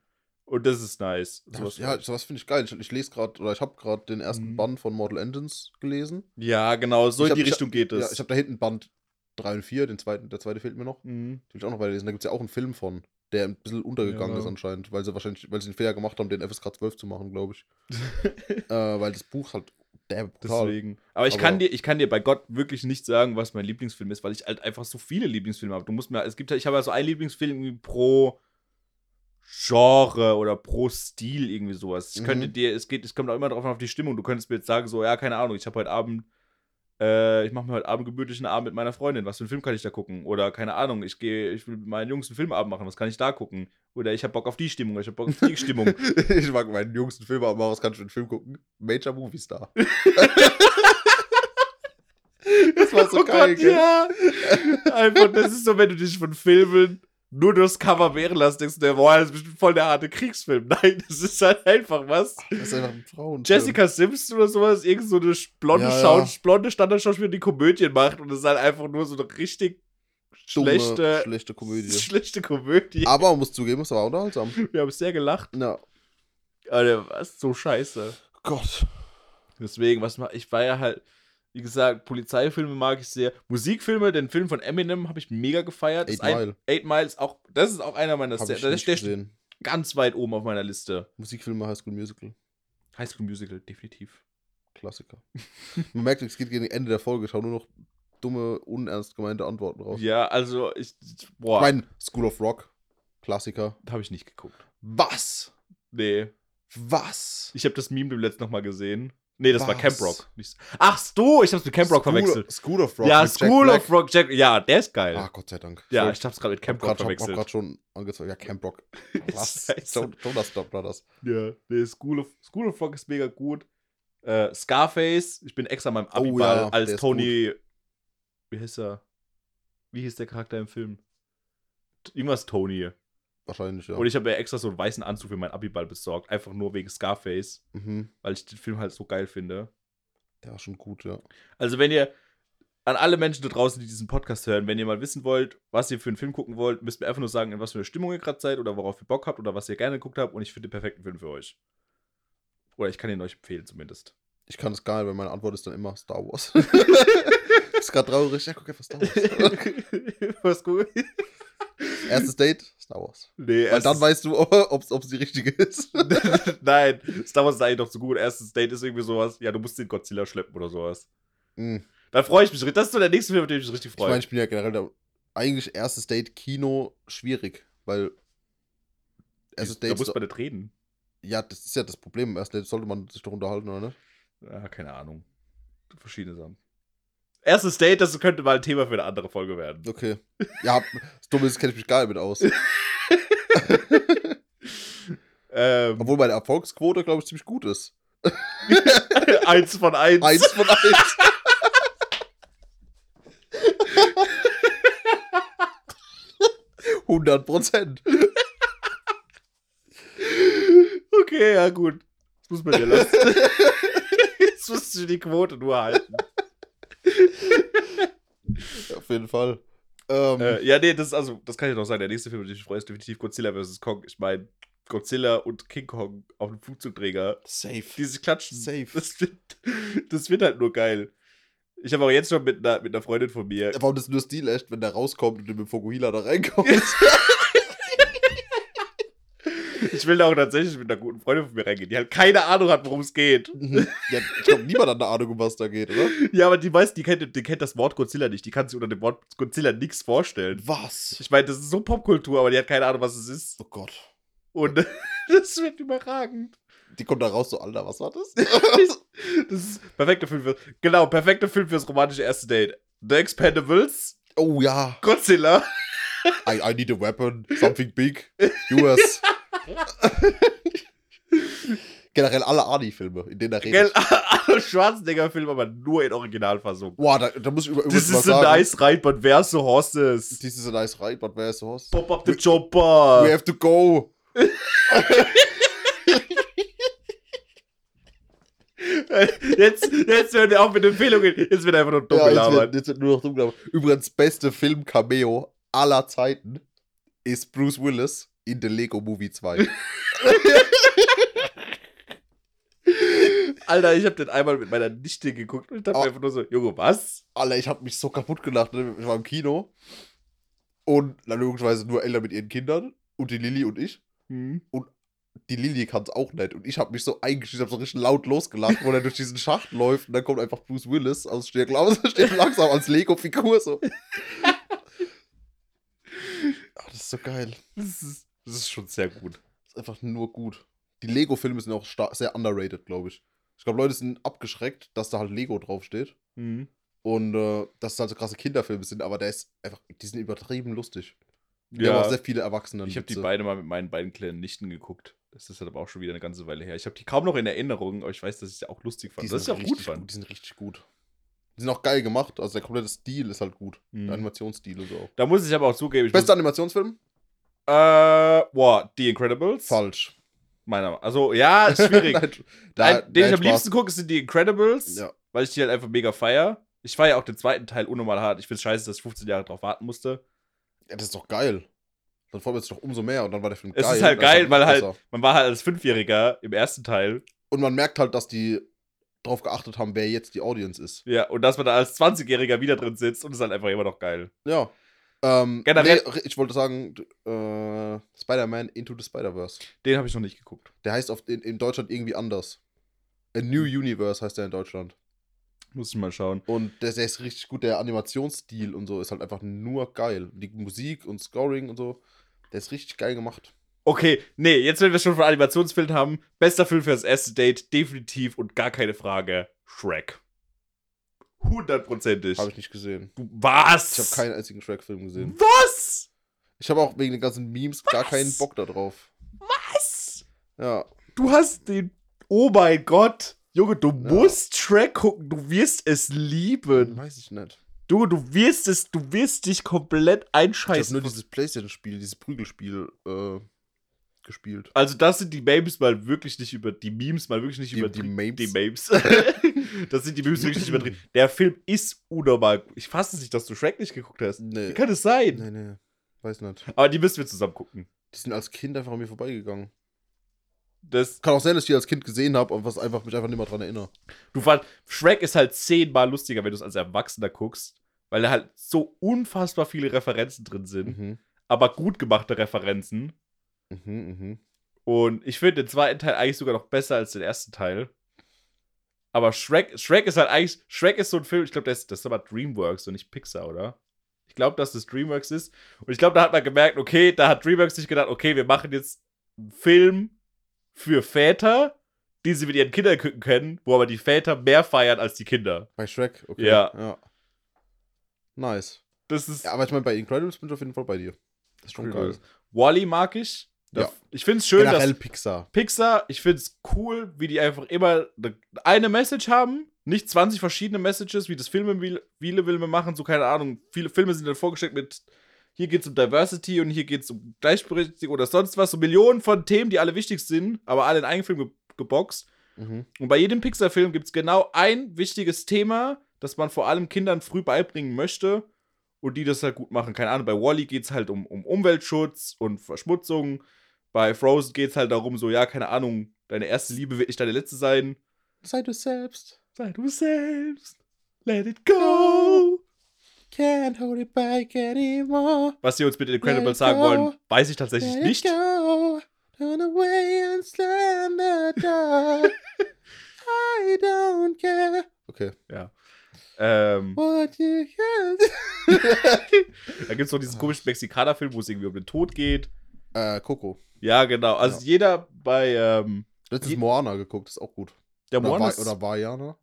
Speaker 2: Und das ist nice.
Speaker 1: Das,
Speaker 2: Sowas-
Speaker 1: ja, sowas finde ich geil. Ich, ich lese gerade, oder ich habe gerade den ersten
Speaker 2: Mhm.
Speaker 1: Band von Mortal Engines gelesen.
Speaker 2: ja, genau, so
Speaker 1: Ich
Speaker 2: in
Speaker 1: hab-
Speaker 2: die
Speaker 1: ich hab-
Speaker 2: Richtung geht es.
Speaker 1: Ja, ich habe da hinten Band 3 und 4, den zweiten, der zweite fehlt mir noch.
Speaker 2: mhm.
Speaker 1: Den will ich auch noch weiterlesen. Da gibt es ja auch einen Film von, der ein bisschen untergegangen
Speaker 2: Ja.
Speaker 1: ist anscheinend, weil sie wahrscheinlich, weil sie den Fehler gemacht haben, den FSK 12 zu machen, glaube ich.
Speaker 2: (laughs)
Speaker 1: äh, weil das Buch halt der brutal.
Speaker 2: Deswegen. Aber ich,
Speaker 1: Aber-
Speaker 2: kann dir, ich kann dir bei Gott wirklich nicht sagen, was mein Lieblingsfilm ist, weil ich halt einfach so viele Lieblingsfilme habe. Du musst mir, es gibt ja- ich habe ja so einen Lieblingsfilm irgendwie pro Genre oder pro Stil irgendwie sowas. Ich
Speaker 1: Mhm.
Speaker 2: könnte dir, es geht, es kommt auch immer drauf an auf die Stimmung. Du könntest mir jetzt sagen, so, ja, keine Ahnung, ich habe heute Abend äh, ich mache mir heute Abend gemütlichen Abend mit meiner Freundin. Was für einen Film kann ich da gucken? Oder keine Ahnung, ich gehe, ich will mit meinen Jungs einen Filmabend machen. Was kann ich da gucken? Oder ich habe Bock auf die Stimmung, oder ich habe
Speaker 1: (laughs)
Speaker 2: Bock auf die Stimmung.
Speaker 1: ich mag meinen jüngsten Film, aber was kann ich für einen Film gucken? Major Movie
Speaker 2: (laughs)
Speaker 1: Star. das war (laughs) so
Speaker 2: oh
Speaker 1: geil,
Speaker 2: Gott,
Speaker 1: gell?
Speaker 2: ja. Einfach, das ist so, wenn du dich von Filmen nur durchs Cover wehren lässt, denkst du, der war jetzt bestimmt voll der harte Kriegsfilm. (laughs) Nein, das ist halt einfach was.
Speaker 1: Das ist einfach ein Frauenfilm.
Speaker 2: Jessica Simpson oder sowas, irgend so eine blonde,
Speaker 1: Ja, ja.
Speaker 2: Schau- blonde Standardschauspielerin, die Komödien macht und es ist halt einfach nur so eine richtig
Speaker 1: Dumme,
Speaker 2: schlechte,
Speaker 1: schlechte Komödie.
Speaker 2: (laughs) schlechte
Speaker 1: (laughs)
Speaker 2: Komödie.
Speaker 1: Aber man muss zugeben, es war unterhaltsam.
Speaker 2: Wir haben sehr gelacht.
Speaker 1: Ja.
Speaker 2: Alter, was so scheiße.
Speaker 1: Gott.
Speaker 2: Deswegen, was ma- ich war ja halt, wie gesagt, Polizeifilme mag ich sehr. Musikfilme, den Film von Eminem habe ich mega gefeiert.
Speaker 1: Eight
Speaker 2: Das ein-
Speaker 1: Mile.
Speaker 2: Eight Miles, auch, das ist auch einer meiner,
Speaker 1: Hab
Speaker 2: sehr,
Speaker 1: ich
Speaker 2: der,
Speaker 1: nicht
Speaker 2: der steht
Speaker 1: gesehen.
Speaker 2: ganz weit oben auf meiner Liste.
Speaker 1: Musikfilme, High School Musical.
Speaker 2: High School Musical, definitiv.
Speaker 1: Klassiker. (laughs) Man merkt, es geht gegen Ende der Folge. Schau nur noch dumme, unernst gemeinte Antworten raus.
Speaker 2: Ja, also, ich, boah,
Speaker 1: Ich meine, School of Rock. Klassiker.
Speaker 2: habe ich nicht geguckt.
Speaker 1: Was?
Speaker 2: Nee.
Speaker 1: Was?
Speaker 2: Ich habe das Meme dem letzten noch mal gesehen. Nee, das war
Speaker 1: Was?
Speaker 2: Camp Rock. Nicht- Ach so, ich hab's mit Camp Rock
Speaker 1: School-
Speaker 2: verwechselt.
Speaker 1: School of Rock.
Speaker 2: ja,
Speaker 1: mit Jack
Speaker 2: School
Speaker 1: Black.
Speaker 2: of Rock, Jack. Ja, der ist geil.
Speaker 1: Ah, Gott sei Dank.
Speaker 2: ja,
Speaker 1: ich
Speaker 2: ich hab's gerade mit
Speaker 1: hab
Speaker 2: Camp Rock
Speaker 1: grad, hab, hab
Speaker 2: verwechselt.
Speaker 1: grad schon angezogen. Ja, Camp
Speaker 2: (laughs)
Speaker 1: Rock. Was?
Speaker 2: Scheiße.
Speaker 1: Jo- Jonas Stop Brothers.
Speaker 2: Ja, nee, School of, School of Rock ist mega gut. Äh, Scarface, ich bin extra meinem Abi
Speaker 1: Oh ja, der
Speaker 2: als
Speaker 1: ist
Speaker 2: Tony. Wie heißt er? Wie hieß der Charakter im Film? T- Irgendwas Tony.
Speaker 1: Wahrscheinlich, ja.
Speaker 2: Und ich habe ja extra so einen weißen Anzug für meinen Abiball besorgt. Einfach nur wegen Scarface,
Speaker 1: mhm.
Speaker 2: weil ich den Film halt so geil finde.
Speaker 1: Der war schon gut, ja.
Speaker 2: Also, wenn ihr an alle Menschen da draußen, die diesen Podcast hören, wenn ihr mal wissen wollt, was ihr für einen Film gucken wollt, müsst mir einfach nur sagen, in was für einer Stimmung ihr gerade seid oder worauf ihr Bock habt oder was ihr gerne geguckt habt und ich finde den perfekten Film für euch. Oder ich kann ihn euch
Speaker 1: (laughs)
Speaker 2: empfehlen zumindest.
Speaker 1: Ich kann es gar nicht, weil meine Antwort ist dann immer Star
Speaker 2: (laughs)
Speaker 1: Wars. (laughs) ist gerade traurig. Ja, guck einfach Star Wars.
Speaker 2: was gut.
Speaker 1: Erstes Date, Star Wars.
Speaker 2: Nee,
Speaker 1: Weil dann
Speaker 2: erstes-
Speaker 1: weißt du, ob es die richtige
Speaker 2: (laughs)
Speaker 1: ist.
Speaker 2: Nein, Star Wars ist eigentlich doch zu gut. Erstes Date ist irgendwie sowas. Ja, du musst den Godzilla schleppen oder sowas.
Speaker 1: Mhm.
Speaker 2: Da freue ich mich. richtig. Das ist so der nächste Film, auf den ich mich richtig
Speaker 1: Ich meine,
Speaker 2: freue.
Speaker 1: ich bin ja generell da, eigentlich erstes Date Kino schwierig, weil erstes
Speaker 2: da
Speaker 1: Date
Speaker 2: muss man nicht reden.
Speaker 1: ja, das ist ja das Problem. Erstes Date sollte man sich doch unterhalten, oder nicht?
Speaker 2: Ah, keine Ahnung. Verschiedene Sachen. Erstes Date, das könnte mal ein Thema für eine andere Folge werden.
Speaker 1: Okay. Ja, das Dumme ist, kenne ich mich gar nicht mit
Speaker 2: (laughs)
Speaker 1: aus.
Speaker 2: Ähm,
Speaker 1: Obwohl meine Erfolgsquote, glaube ich, ziemlich gut ist.
Speaker 2: (laughs) eins von eins.
Speaker 1: Eins von eins. Hundert Prozent.
Speaker 2: Okay, ja gut. Das muss man dir (laughs) lassen. Jetzt musst du die Quote nur halten.
Speaker 1: Auf jeden Fall. Ähm,
Speaker 2: äh, ja, nee, das ist also, das kann ich noch sagen. Der nächste Film, den ich mich freue, ist definitiv Godzilla vs. Kong. Ich meine, Godzilla und King Kong auf dem Flugzeugträger, die
Speaker 1: safe.
Speaker 2: sich klatschen.
Speaker 1: Safe.
Speaker 2: Das wird, das wird halt nur geil. Ich habe auch jetzt schon mit einer, mit einer Freundin von mir
Speaker 1: Warum das nur Stil echt, wenn der rauskommt und du mit dem Fokuhila da (laughs) reinkommst?
Speaker 2: Ich will da auch tatsächlich mit einer guten Freundin von mir reingehen, die halt keine Ahnung hat, worum es geht.
Speaker 1: Mhm. ja, ich glaube, niemand hat eine Ahnung, um was da geht, oder?
Speaker 2: Ja, aber die weiß, die kennt, die kennt das Wort Godzilla nicht. Die kann sich unter dem Wort Godzilla nichts vorstellen.
Speaker 1: Was?
Speaker 2: Ich meine, das ist so Popkultur, aber die hat keine Ahnung, was es ist.
Speaker 1: Oh Gott.
Speaker 2: Und (laughs) das wird überragend.
Speaker 1: Die kommt da raus, so, Alter, was war (laughs) das?
Speaker 2: Das ist perfekter Film für, genau, perfekter Film fürs romantische erste Date. The Expendables,
Speaker 1: oh ja.
Speaker 2: Godzilla. (laughs)
Speaker 1: I, I need a weapon. Something big. (laughs) US. Generell alle Arnie-Filme, in denen er
Speaker 2: Gell,
Speaker 1: redet.
Speaker 2: Arnold Schwarzenegger-Film, aber nur in Originalfassung.
Speaker 1: Boah, da, da muss ich über
Speaker 2: This
Speaker 1: irgendwas mal
Speaker 2: is a
Speaker 1: sagen.
Speaker 2: nice ride, but where's the horses?
Speaker 1: This is a nice ride, but where's the horse?
Speaker 2: Pop up the
Speaker 1: We-
Speaker 2: chopper.
Speaker 1: We have to go.
Speaker 2: (laughs) Jetzt, jetzt hören wir auf mit Empfehlungen. Jetzt wird einfach nur dumm
Speaker 1: Ja, jetzt,
Speaker 2: gelabert.
Speaker 1: wird, jetzt wird nur noch dumm gelabert. Übrigens, beste Film-Cameo aller Zeiten ist Bruce Willis in The Lego Movie
Speaker 2: (laughs)
Speaker 1: 2.
Speaker 2: Alter, ich habe den einmal mit meiner Nichte geguckt und dachte
Speaker 1: Oh.
Speaker 2: mir einfach nur so, Junge, was?
Speaker 1: Alter, ich habe mich so kaputt gelacht. Ne? Ich war im Kino. Und dann logischerweise nur Eltern mit ihren Kindern. Und die Lilly und ich. Die Lilly kann es auch nicht. Und ich habe mich so eingeschrieben, habe so richtig laut losgelacht, wo er durch diesen Schacht läuft. Und dann kommt einfach Bruce Willis aus Stirn (laughs) steht langsam als Lego-Figur.
Speaker 2: (laughs)
Speaker 1: So. Ah, das ist so geil.
Speaker 2: Das ist, das ist schon sehr gut.
Speaker 1: Das ist einfach nur gut. Die Lego-Filme sind auch sta- sehr underrated, glaube ich. Ich glaube, Leute sind abgeschreckt, dass da halt Lego draufsteht. Und äh, dass es halt so krasse Kinderfilme sind, aber der ist einfach, die sind übertrieben lustig. Der hat auch
Speaker 2: Ja,
Speaker 1: sehr viele Erwachsene.
Speaker 2: ich habe die beide mal mit meinen beiden kleinen Nichten geguckt. Das ist halt aber auch schon wieder eine ganze Weile her. Ich habe die kaum noch in Erinnerung, aber ich weiß, dass ich sie auch lustig fand.
Speaker 1: die
Speaker 2: das ist ja auch
Speaker 1: sind
Speaker 2: gut
Speaker 1: richtig
Speaker 2: fand.
Speaker 1: Die sind richtig gut. Die sind auch geil gemacht. Also der komplette Stil ist halt gut.
Speaker 2: Mhm.
Speaker 1: Der Animationsstil und so auch.
Speaker 2: Da muss ich aber auch zugeben, ich muss,
Speaker 1: Bester Animationsfilm?
Speaker 2: äh, boah, The Incredibles. (laughs)
Speaker 1: Falsch.
Speaker 2: Meiner Meinung. Also, ja, ist schwierig.
Speaker 1: (laughs) Nein, da-
Speaker 2: Ein, den
Speaker 1: nein,
Speaker 2: ich am
Speaker 1: Spaß.
Speaker 2: liebsten gucke, sind die Incredibles,
Speaker 1: Ja.
Speaker 2: weil ich die halt einfach mega feier. Ich feiere auch den zweiten Teil unnormal hart. Ich find's scheiße, dass ich 15 Jahre drauf warten musste.
Speaker 1: ja, das ist doch geil. Dann freut man sich doch umso mehr und dann war der Film
Speaker 2: Es
Speaker 1: geil.
Speaker 2: ist halt
Speaker 1: Dann war
Speaker 2: geil,
Speaker 1: der
Speaker 2: weil halt-
Speaker 1: besser.
Speaker 2: Man war halt als Fünfjähriger im ersten Teil.
Speaker 1: Und man merkt halt, dass die drauf geachtet haben, wer jetzt die Audience ist.
Speaker 2: Ja, und dass man da als 20-Jähriger wieder drin sitzt und ist halt einfach immer noch geil.
Speaker 1: Ja. Ähm,
Speaker 2: Generell-
Speaker 1: nee, ich wollte sagen, äh, Spider-Man Into the Spider-Verse.
Speaker 2: Den habe ich noch nicht geguckt.
Speaker 1: Der heißt oft in, in Deutschland irgendwie anders. A New Universe heißt der in Deutschland.
Speaker 2: Muss ich mal schauen.
Speaker 1: Und der, der ist richtig gut. Der Animationsstil und so ist halt einfach nur geil. Die Musik und Scoring und so, der ist richtig geil gemacht.
Speaker 2: Okay, nee, jetzt, wenn wir schon von Animationsfilmen haben, bester Film fürs erste Date, definitiv und gar keine Frage, Shrek. Hundertprozentig.
Speaker 1: Habe ich nicht gesehen.
Speaker 2: Du- Was?
Speaker 1: Ich habe keinen einzigen Shrek-Film gesehen.
Speaker 2: Was?
Speaker 1: Ich habe auch wegen den ganzen Memes gar
Speaker 2: Was?
Speaker 1: keinen Bock da drauf.
Speaker 2: Was?
Speaker 1: Ja,
Speaker 2: Du hast den. Oh mein Gott. Junge, du
Speaker 1: Ja.
Speaker 2: musst Shrek gucken. Du wirst es lieben.
Speaker 1: weiß ich nicht.
Speaker 2: Junge, du wirst es. Du wirst dich komplett
Speaker 1: Ich habe
Speaker 2: einscheißen.
Speaker 1: nur dieses Playstation-Spiel, dieses Prügelspiel äh, gespielt.
Speaker 2: also, das sind die Memes mal wirklich nicht über. Die Memes mal wirklich nicht
Speaker 1: Die-
Speaker 2: über.
Speaker 1: die Memes?
Speaker 2: Die Memes. (laughs) das sind die Memes wirklich nicht übertrieben. Der Film ist unnormal. Ich fasse es nicht, dass du Shrek nicht geguckt hast. Wie
Speaker 1: Nee.
Speaker 2: kann es sein?
Speaker 1: Nee, nee. Weiß nicht.
Speaker 2: Aber die müssen wir zusammen gucken.
Speaker 1: Die sind als Kind einfach an mir vorbeigegangen.
Speaker 2: Das,
Speaker 1: Kann auch sein, dass ich die als Kind gesehen habe und was einfach mich einfach nicht mehr dran erinnere.
Speaker 2: Du fand, Shrek ist halt zehnmal lustiger, wenn du es als Erwachsener guckst, weil da halt so unfassbar viele Referenzen drin sind,
Speaker 1: Mhm.
Speaker 2: aber gut gemachte Referenzen.
Speaker 1: Mhm, mhm.
Speaker 2: Und ich finde den zweiten Teil eigentlich sogar noch besser als den ersten Teil. Aber Shrek, Shrek ist halt eigentlich, Shrek ist so ein Film, ich glaube, das, das ist aber Dreamworks und nicht Pixar, oder? Ich glaube, dass das Dreamworks ist. Und ich glaube, da hat man gemerkt, okay, da hat Dreamworks sich gedacht, okay, wir machen jetzt einen Film für Väter, die sie mit ihren Kindern gucken können, wo aber die Väter mehr feiern als die Kinder.
Speaker 1: Bei Shrek, okay.
Speaker 2: Ja.
Speaker 1: Nice.
Speaker 2: Das ist
Speaker 1: Ja, aber ich meine, bei Incredibles bin ich auf jeden Fall bei dir. Das ist schon geil.
Speaker 2: Wally mag ich. Da-
Speaker 1: Ja.
Speaker 2: Ich finde es schön,
Speaker 1: Generell
Speaker 2: dass
Speaker 1: Pixar.
Speaker 2: Pixar, ich finde es cool, wie die einfach immer ne- eine Message haben, nicht 20 verschiedene Messages, wie das Filme wie- viele Filme machen, so keine Ahnung. Viele Filme sind dann vorgestellt mit hier geht's um Diversity und hier geht's um Gleichberechtigung oder sonst was, so Millionen von Themen, die alle wichtig sind, aber alle in einen Film ge geboxt.
Speaker 1: Mhm.
Speaker 2: Und bei jedem Pixar-Film gibt es genau ein wichtiges Thema, das man vor allem Kindern früh beibringen möchte und die das halt gut machen. Keine Ahnung, bei Wally geht es halt um, um Umweltschutz und Verschmutzung. Bei Frozen geht es halt darum, so, ja, keine Ahnung, deine erste Liebe wird nicht deine letzte sein.
Speaker 1: Sei du selbst.
Speaker 2: Sei du selbst, let it go.
Speaker 1: Can't hold it back anymore.
Speaker 2: Was sie uns mit Incredibles
Speaker 1: Let it
Speaker 2: sagen
Speaker 1: go.
Speaker 2: wollen, weiß ich tatsächlich nicht.
Speaker 1: go. Turn away and slam the
Speaker 2: (laughs)
Speaker 1: door. I don't care. Okay.
Speaker 2: Ähm,
Speaker 1: What you can
Speaker 2: da gibt es noch diesen komischen Mexikaner-Film, wo es irgendwie um den Tod geht.
Speaker 1: Äh, Coco.
Speaker 2: Ja, genau. Also
Speaker 1: Ja.
Speaker 2: jeder bei ähm,
Speaker 1: Letztens
Speaker 2: Je-
Speaker 1: Moana geguckt, ist auch gut.
Speaker 2: der
Speaker 1: Oder,
Speaker 2: Moana
Speaker 1: Wa
Speaker 2: ist-
Speaker 1: oder Vajana.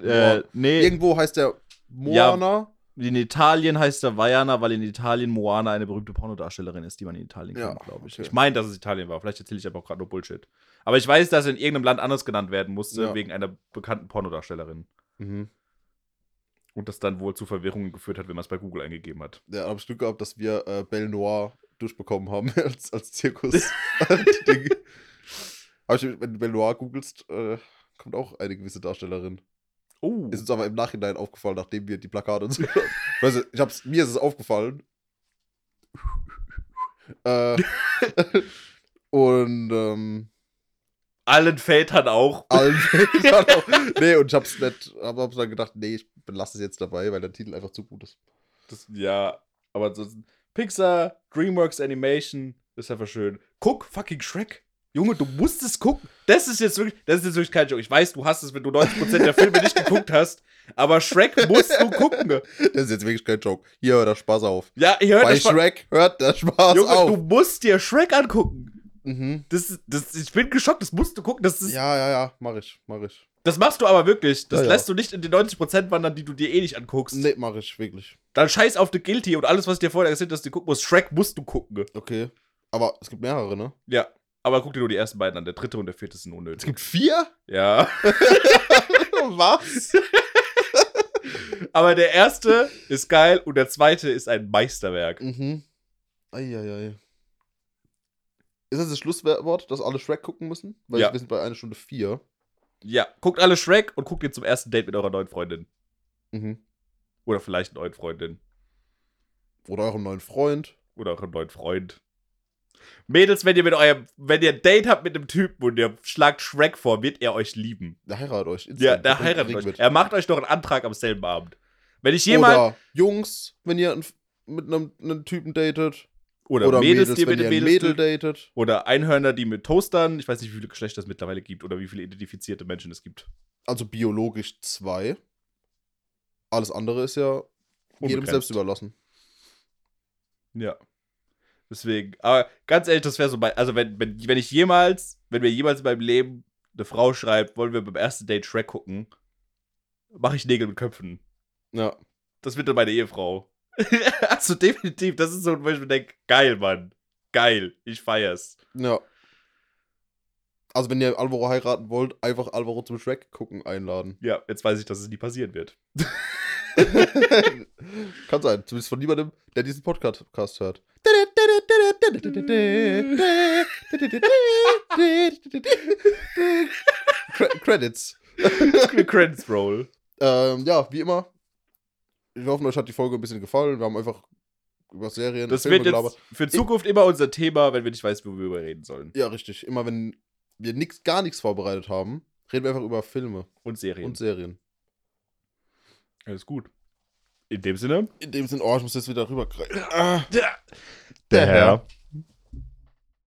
Speaker 2: Äh, nee,
Speaker 1: Irgendwo heißt der Moana.
Speaker 2: in Italien heißt er Vajana, weil in Italien Moana eine berühmte Pornodarstellerin ist, die man in Italien
Speaker 1: Ja,
Speaker 2: kennt, glaube ich.
Speaker 1: okay.
Speaker 2: Ich meine, dass es Italien war. Vielleicht erzähle ich aber auch gerade nur Bullshit. Aber ich weiß, dass er in irgendeinem Land anders genannt werden musste,
Speaker 1: Ja.
Speaker 2: wegen einer bekannten Pornodarstellerin.
Speaker 1: Mhm.
Speaker 2: Und das dann wohl zu Verwirrungen geführt hat, wenn man es bei Google eingegeben hat.
Speaker 1: Ja, da hab ich Glück gehabt, dass wir äh, Belle Noir durchbekommen haben (laughs) als, als Zirkus-Ding. Aber ich, wenn du Belle Noir googelst, äh, kommt auch eine gewisse Darstellerin.
Speaker 2: Oh.
Speaker 1: Ist uns aber im Nachhinein aufgefallen, nachdem wir die Plakate und so. (laughs) weißt du, ich hab's, mir ist es aufgefallen. äh, und ähm,
Speaker 2: Allen Vätern auch.
Speaker 1: allen. (laughs) ich hab auch- nee, und ich hab's nicht, hab, hab's dann gedacht, nee, ich belasse es jetzt dabei, weil der Titel einfach zu gut ist.
Speaker 2: Das, ja, aber ansonsten. Pixar, DreamWorks Animation, ist einfach schön. Guck fucking Shrek. Junge, du musst es gucken. Das ist jetzt wirklich, das ist jetzt wirklich kein Joke. Ich weiß, du hast es, wenn du 90% der Filme nicht geguckt hast, aber Shrek musst du gucken.
Speaker 1: Das ist jetzt wirklich kein Joke. Hier hört der Spaß auf.
Speaker 2: Ja, ich höre
Speaker 1: Bei
Speaker 2: das schon.
Speaker 1: Shrek hört der Spaß
Speaker 2: Junge, du
Speaker 1: auf.
Speaker 2: musst dir Shrek angucken.
Speaker 1: Mhm.
Speaker 2: Das, ist- das, ich bin geschockt, das musst du gucken. Das ist,
Speaker 1: Ja, ja, ja, mach ich, mach ich.
Speaker 2: Das machst du aber wirklich. Das
Speaker 1: Ja, ja.
Speaker 2: lässt du nicht in die 90% wandern, die du dir eh nicht anguckst.
Speaker 1: Nee, mache ich wirklich.
Speaker 2: Dann scheiß auf The Guilty und alles, was dir vorher gesagt hast, du gucken musst. Shrek musst du gucken.
Speaker 1: Okay. Aber es gibt mehrere, ne?
Speaker 2: Ja. Aber guck dir nur die ersten beiden an. Der dritte und der vierte sind
Speaker 1: Es
Speaker 2: unnötig.
Speaker 1: gibt
Speaker 2: (laughs)
Speaker 1: vier?
Speaker 2: Ja.
Speaker 1: Was?
Speaker 2: Aber der erste ist geil und der zweite ist ein Meisterwerk.
Speaker 1: Mhm. Eieiei. Ist das das Schlusswort, dass alle Shrek gucken müssen? Weil
Speaker 2: Ja.
Speaker 1: wir sind bei einer Stunde vier.
Speaker 2: Ja. Guckt alle Shrek und guckt ihr zum ersten Date mit eurer neuen Freundin.
Speaker 1: Mhm.
Speaker 2: Oder vielleicht neuen Freundin.
Speaker 1: Oder eurem neuen Freund.
Speaker 2: Oder euren neuen Freund. Mädels, wenn ihr mit eurem, wenn ihr ein Date habt mit einem Typen und ihr schlagt Shrek vor, wird er euch lieben.
Speaker 1: Der heiratet euch. instant.
Speaker 2: Ja, der
Speaker 1: bringt
Speaker 2: heiratet
Speaker 1: Ring
Speaker 2: euch.
Speaker 1: mit.
Speaker 2: Er macht euch noch einen Antrag am selben Abend. Wenn ich jemand
Speaker 1: oder Jungs, wenn ihr einen F- mit einem, einem Typen datet.
Speaker 2: oder,
Speaker 1: Oder,
Speaker 2: Mädels, die mit
Speaker 1: wenn ihr
Speaker 2: den
Speaker 1: ein
Speaker 2: Mädels
Speaker 1: Mädel
Speaker 2: tut,
Speaker 1: datet.
Speaker 2: oder Einhörner, die mit Toastern, ich weiß nicht, wie viele Geschlechter es mittlerweile gibt oder wie viele identifizierte Menschen es gibt.
Speaker 1: Also biologisch zwei. Alles andere ist ja jedem
Speaker 2: Unbegrenzt.
Speaker 1: selbst überlassen.
Speaker 2: Ja. Deswegen, aber ganz ehrlich, das wäre so bei also wenn, wenn wenn ich jemals, wenn mir jemals in meinem Leben eine Frau schreibt, wollen wir beim ersten Date Shrek gucken, mache ich Nägel mit Köpfen.
Speaker 1: Ja.
Speaker 2: Das wird dann meine Ehefrau. (laughs) also definitiv, das ist so, wo ich mir denke, geil, Mann. Geil, ich feier's.
Speaker 1: Ja. Also, wenn ihr Alvaro heiraten wollt, einfach Alvaro zum Shrek gucken
Speaker 2: (laughs)
Speaker 1: einladen.
Speaker 2: Ja, jetzt weiß ich, dass es nie passieren wird.
Speaker 1: Kann sein. Zumindest von niemandem, der diesen Podcast Podcast hört. Cre- Credits. (laughs)
Speaker 2: Credits Roll.
Speaker 1: Ähm, ja, wie immer. Wir hoffen, euch hat die Folge ein bisschen gefallen. Wir haben einfach über Serien,
Speaker 2: Das
Speaker 1: Filme
Speaker 2: wird jetzt
Speaker 1: gelabert.
Speaker 2: für Zukunft immer unser Thema, wenn wir nicht weiß, worüber wir reden sollen.
Speaker 1: Ja, richtig. Immer wenn wir nix, gar nichts vorbereitet haben, reden wir einfach über Filme
Speaker 2: Und Serien.
Speaker 1: und Serien.
Speaker 2: Alles gut. In dem Sinne,
Speaker 1: In dem Sinne, oh, ich muss jetzt wieder rüber.
Speaker 2: der,
Speaker 1: Der Herr.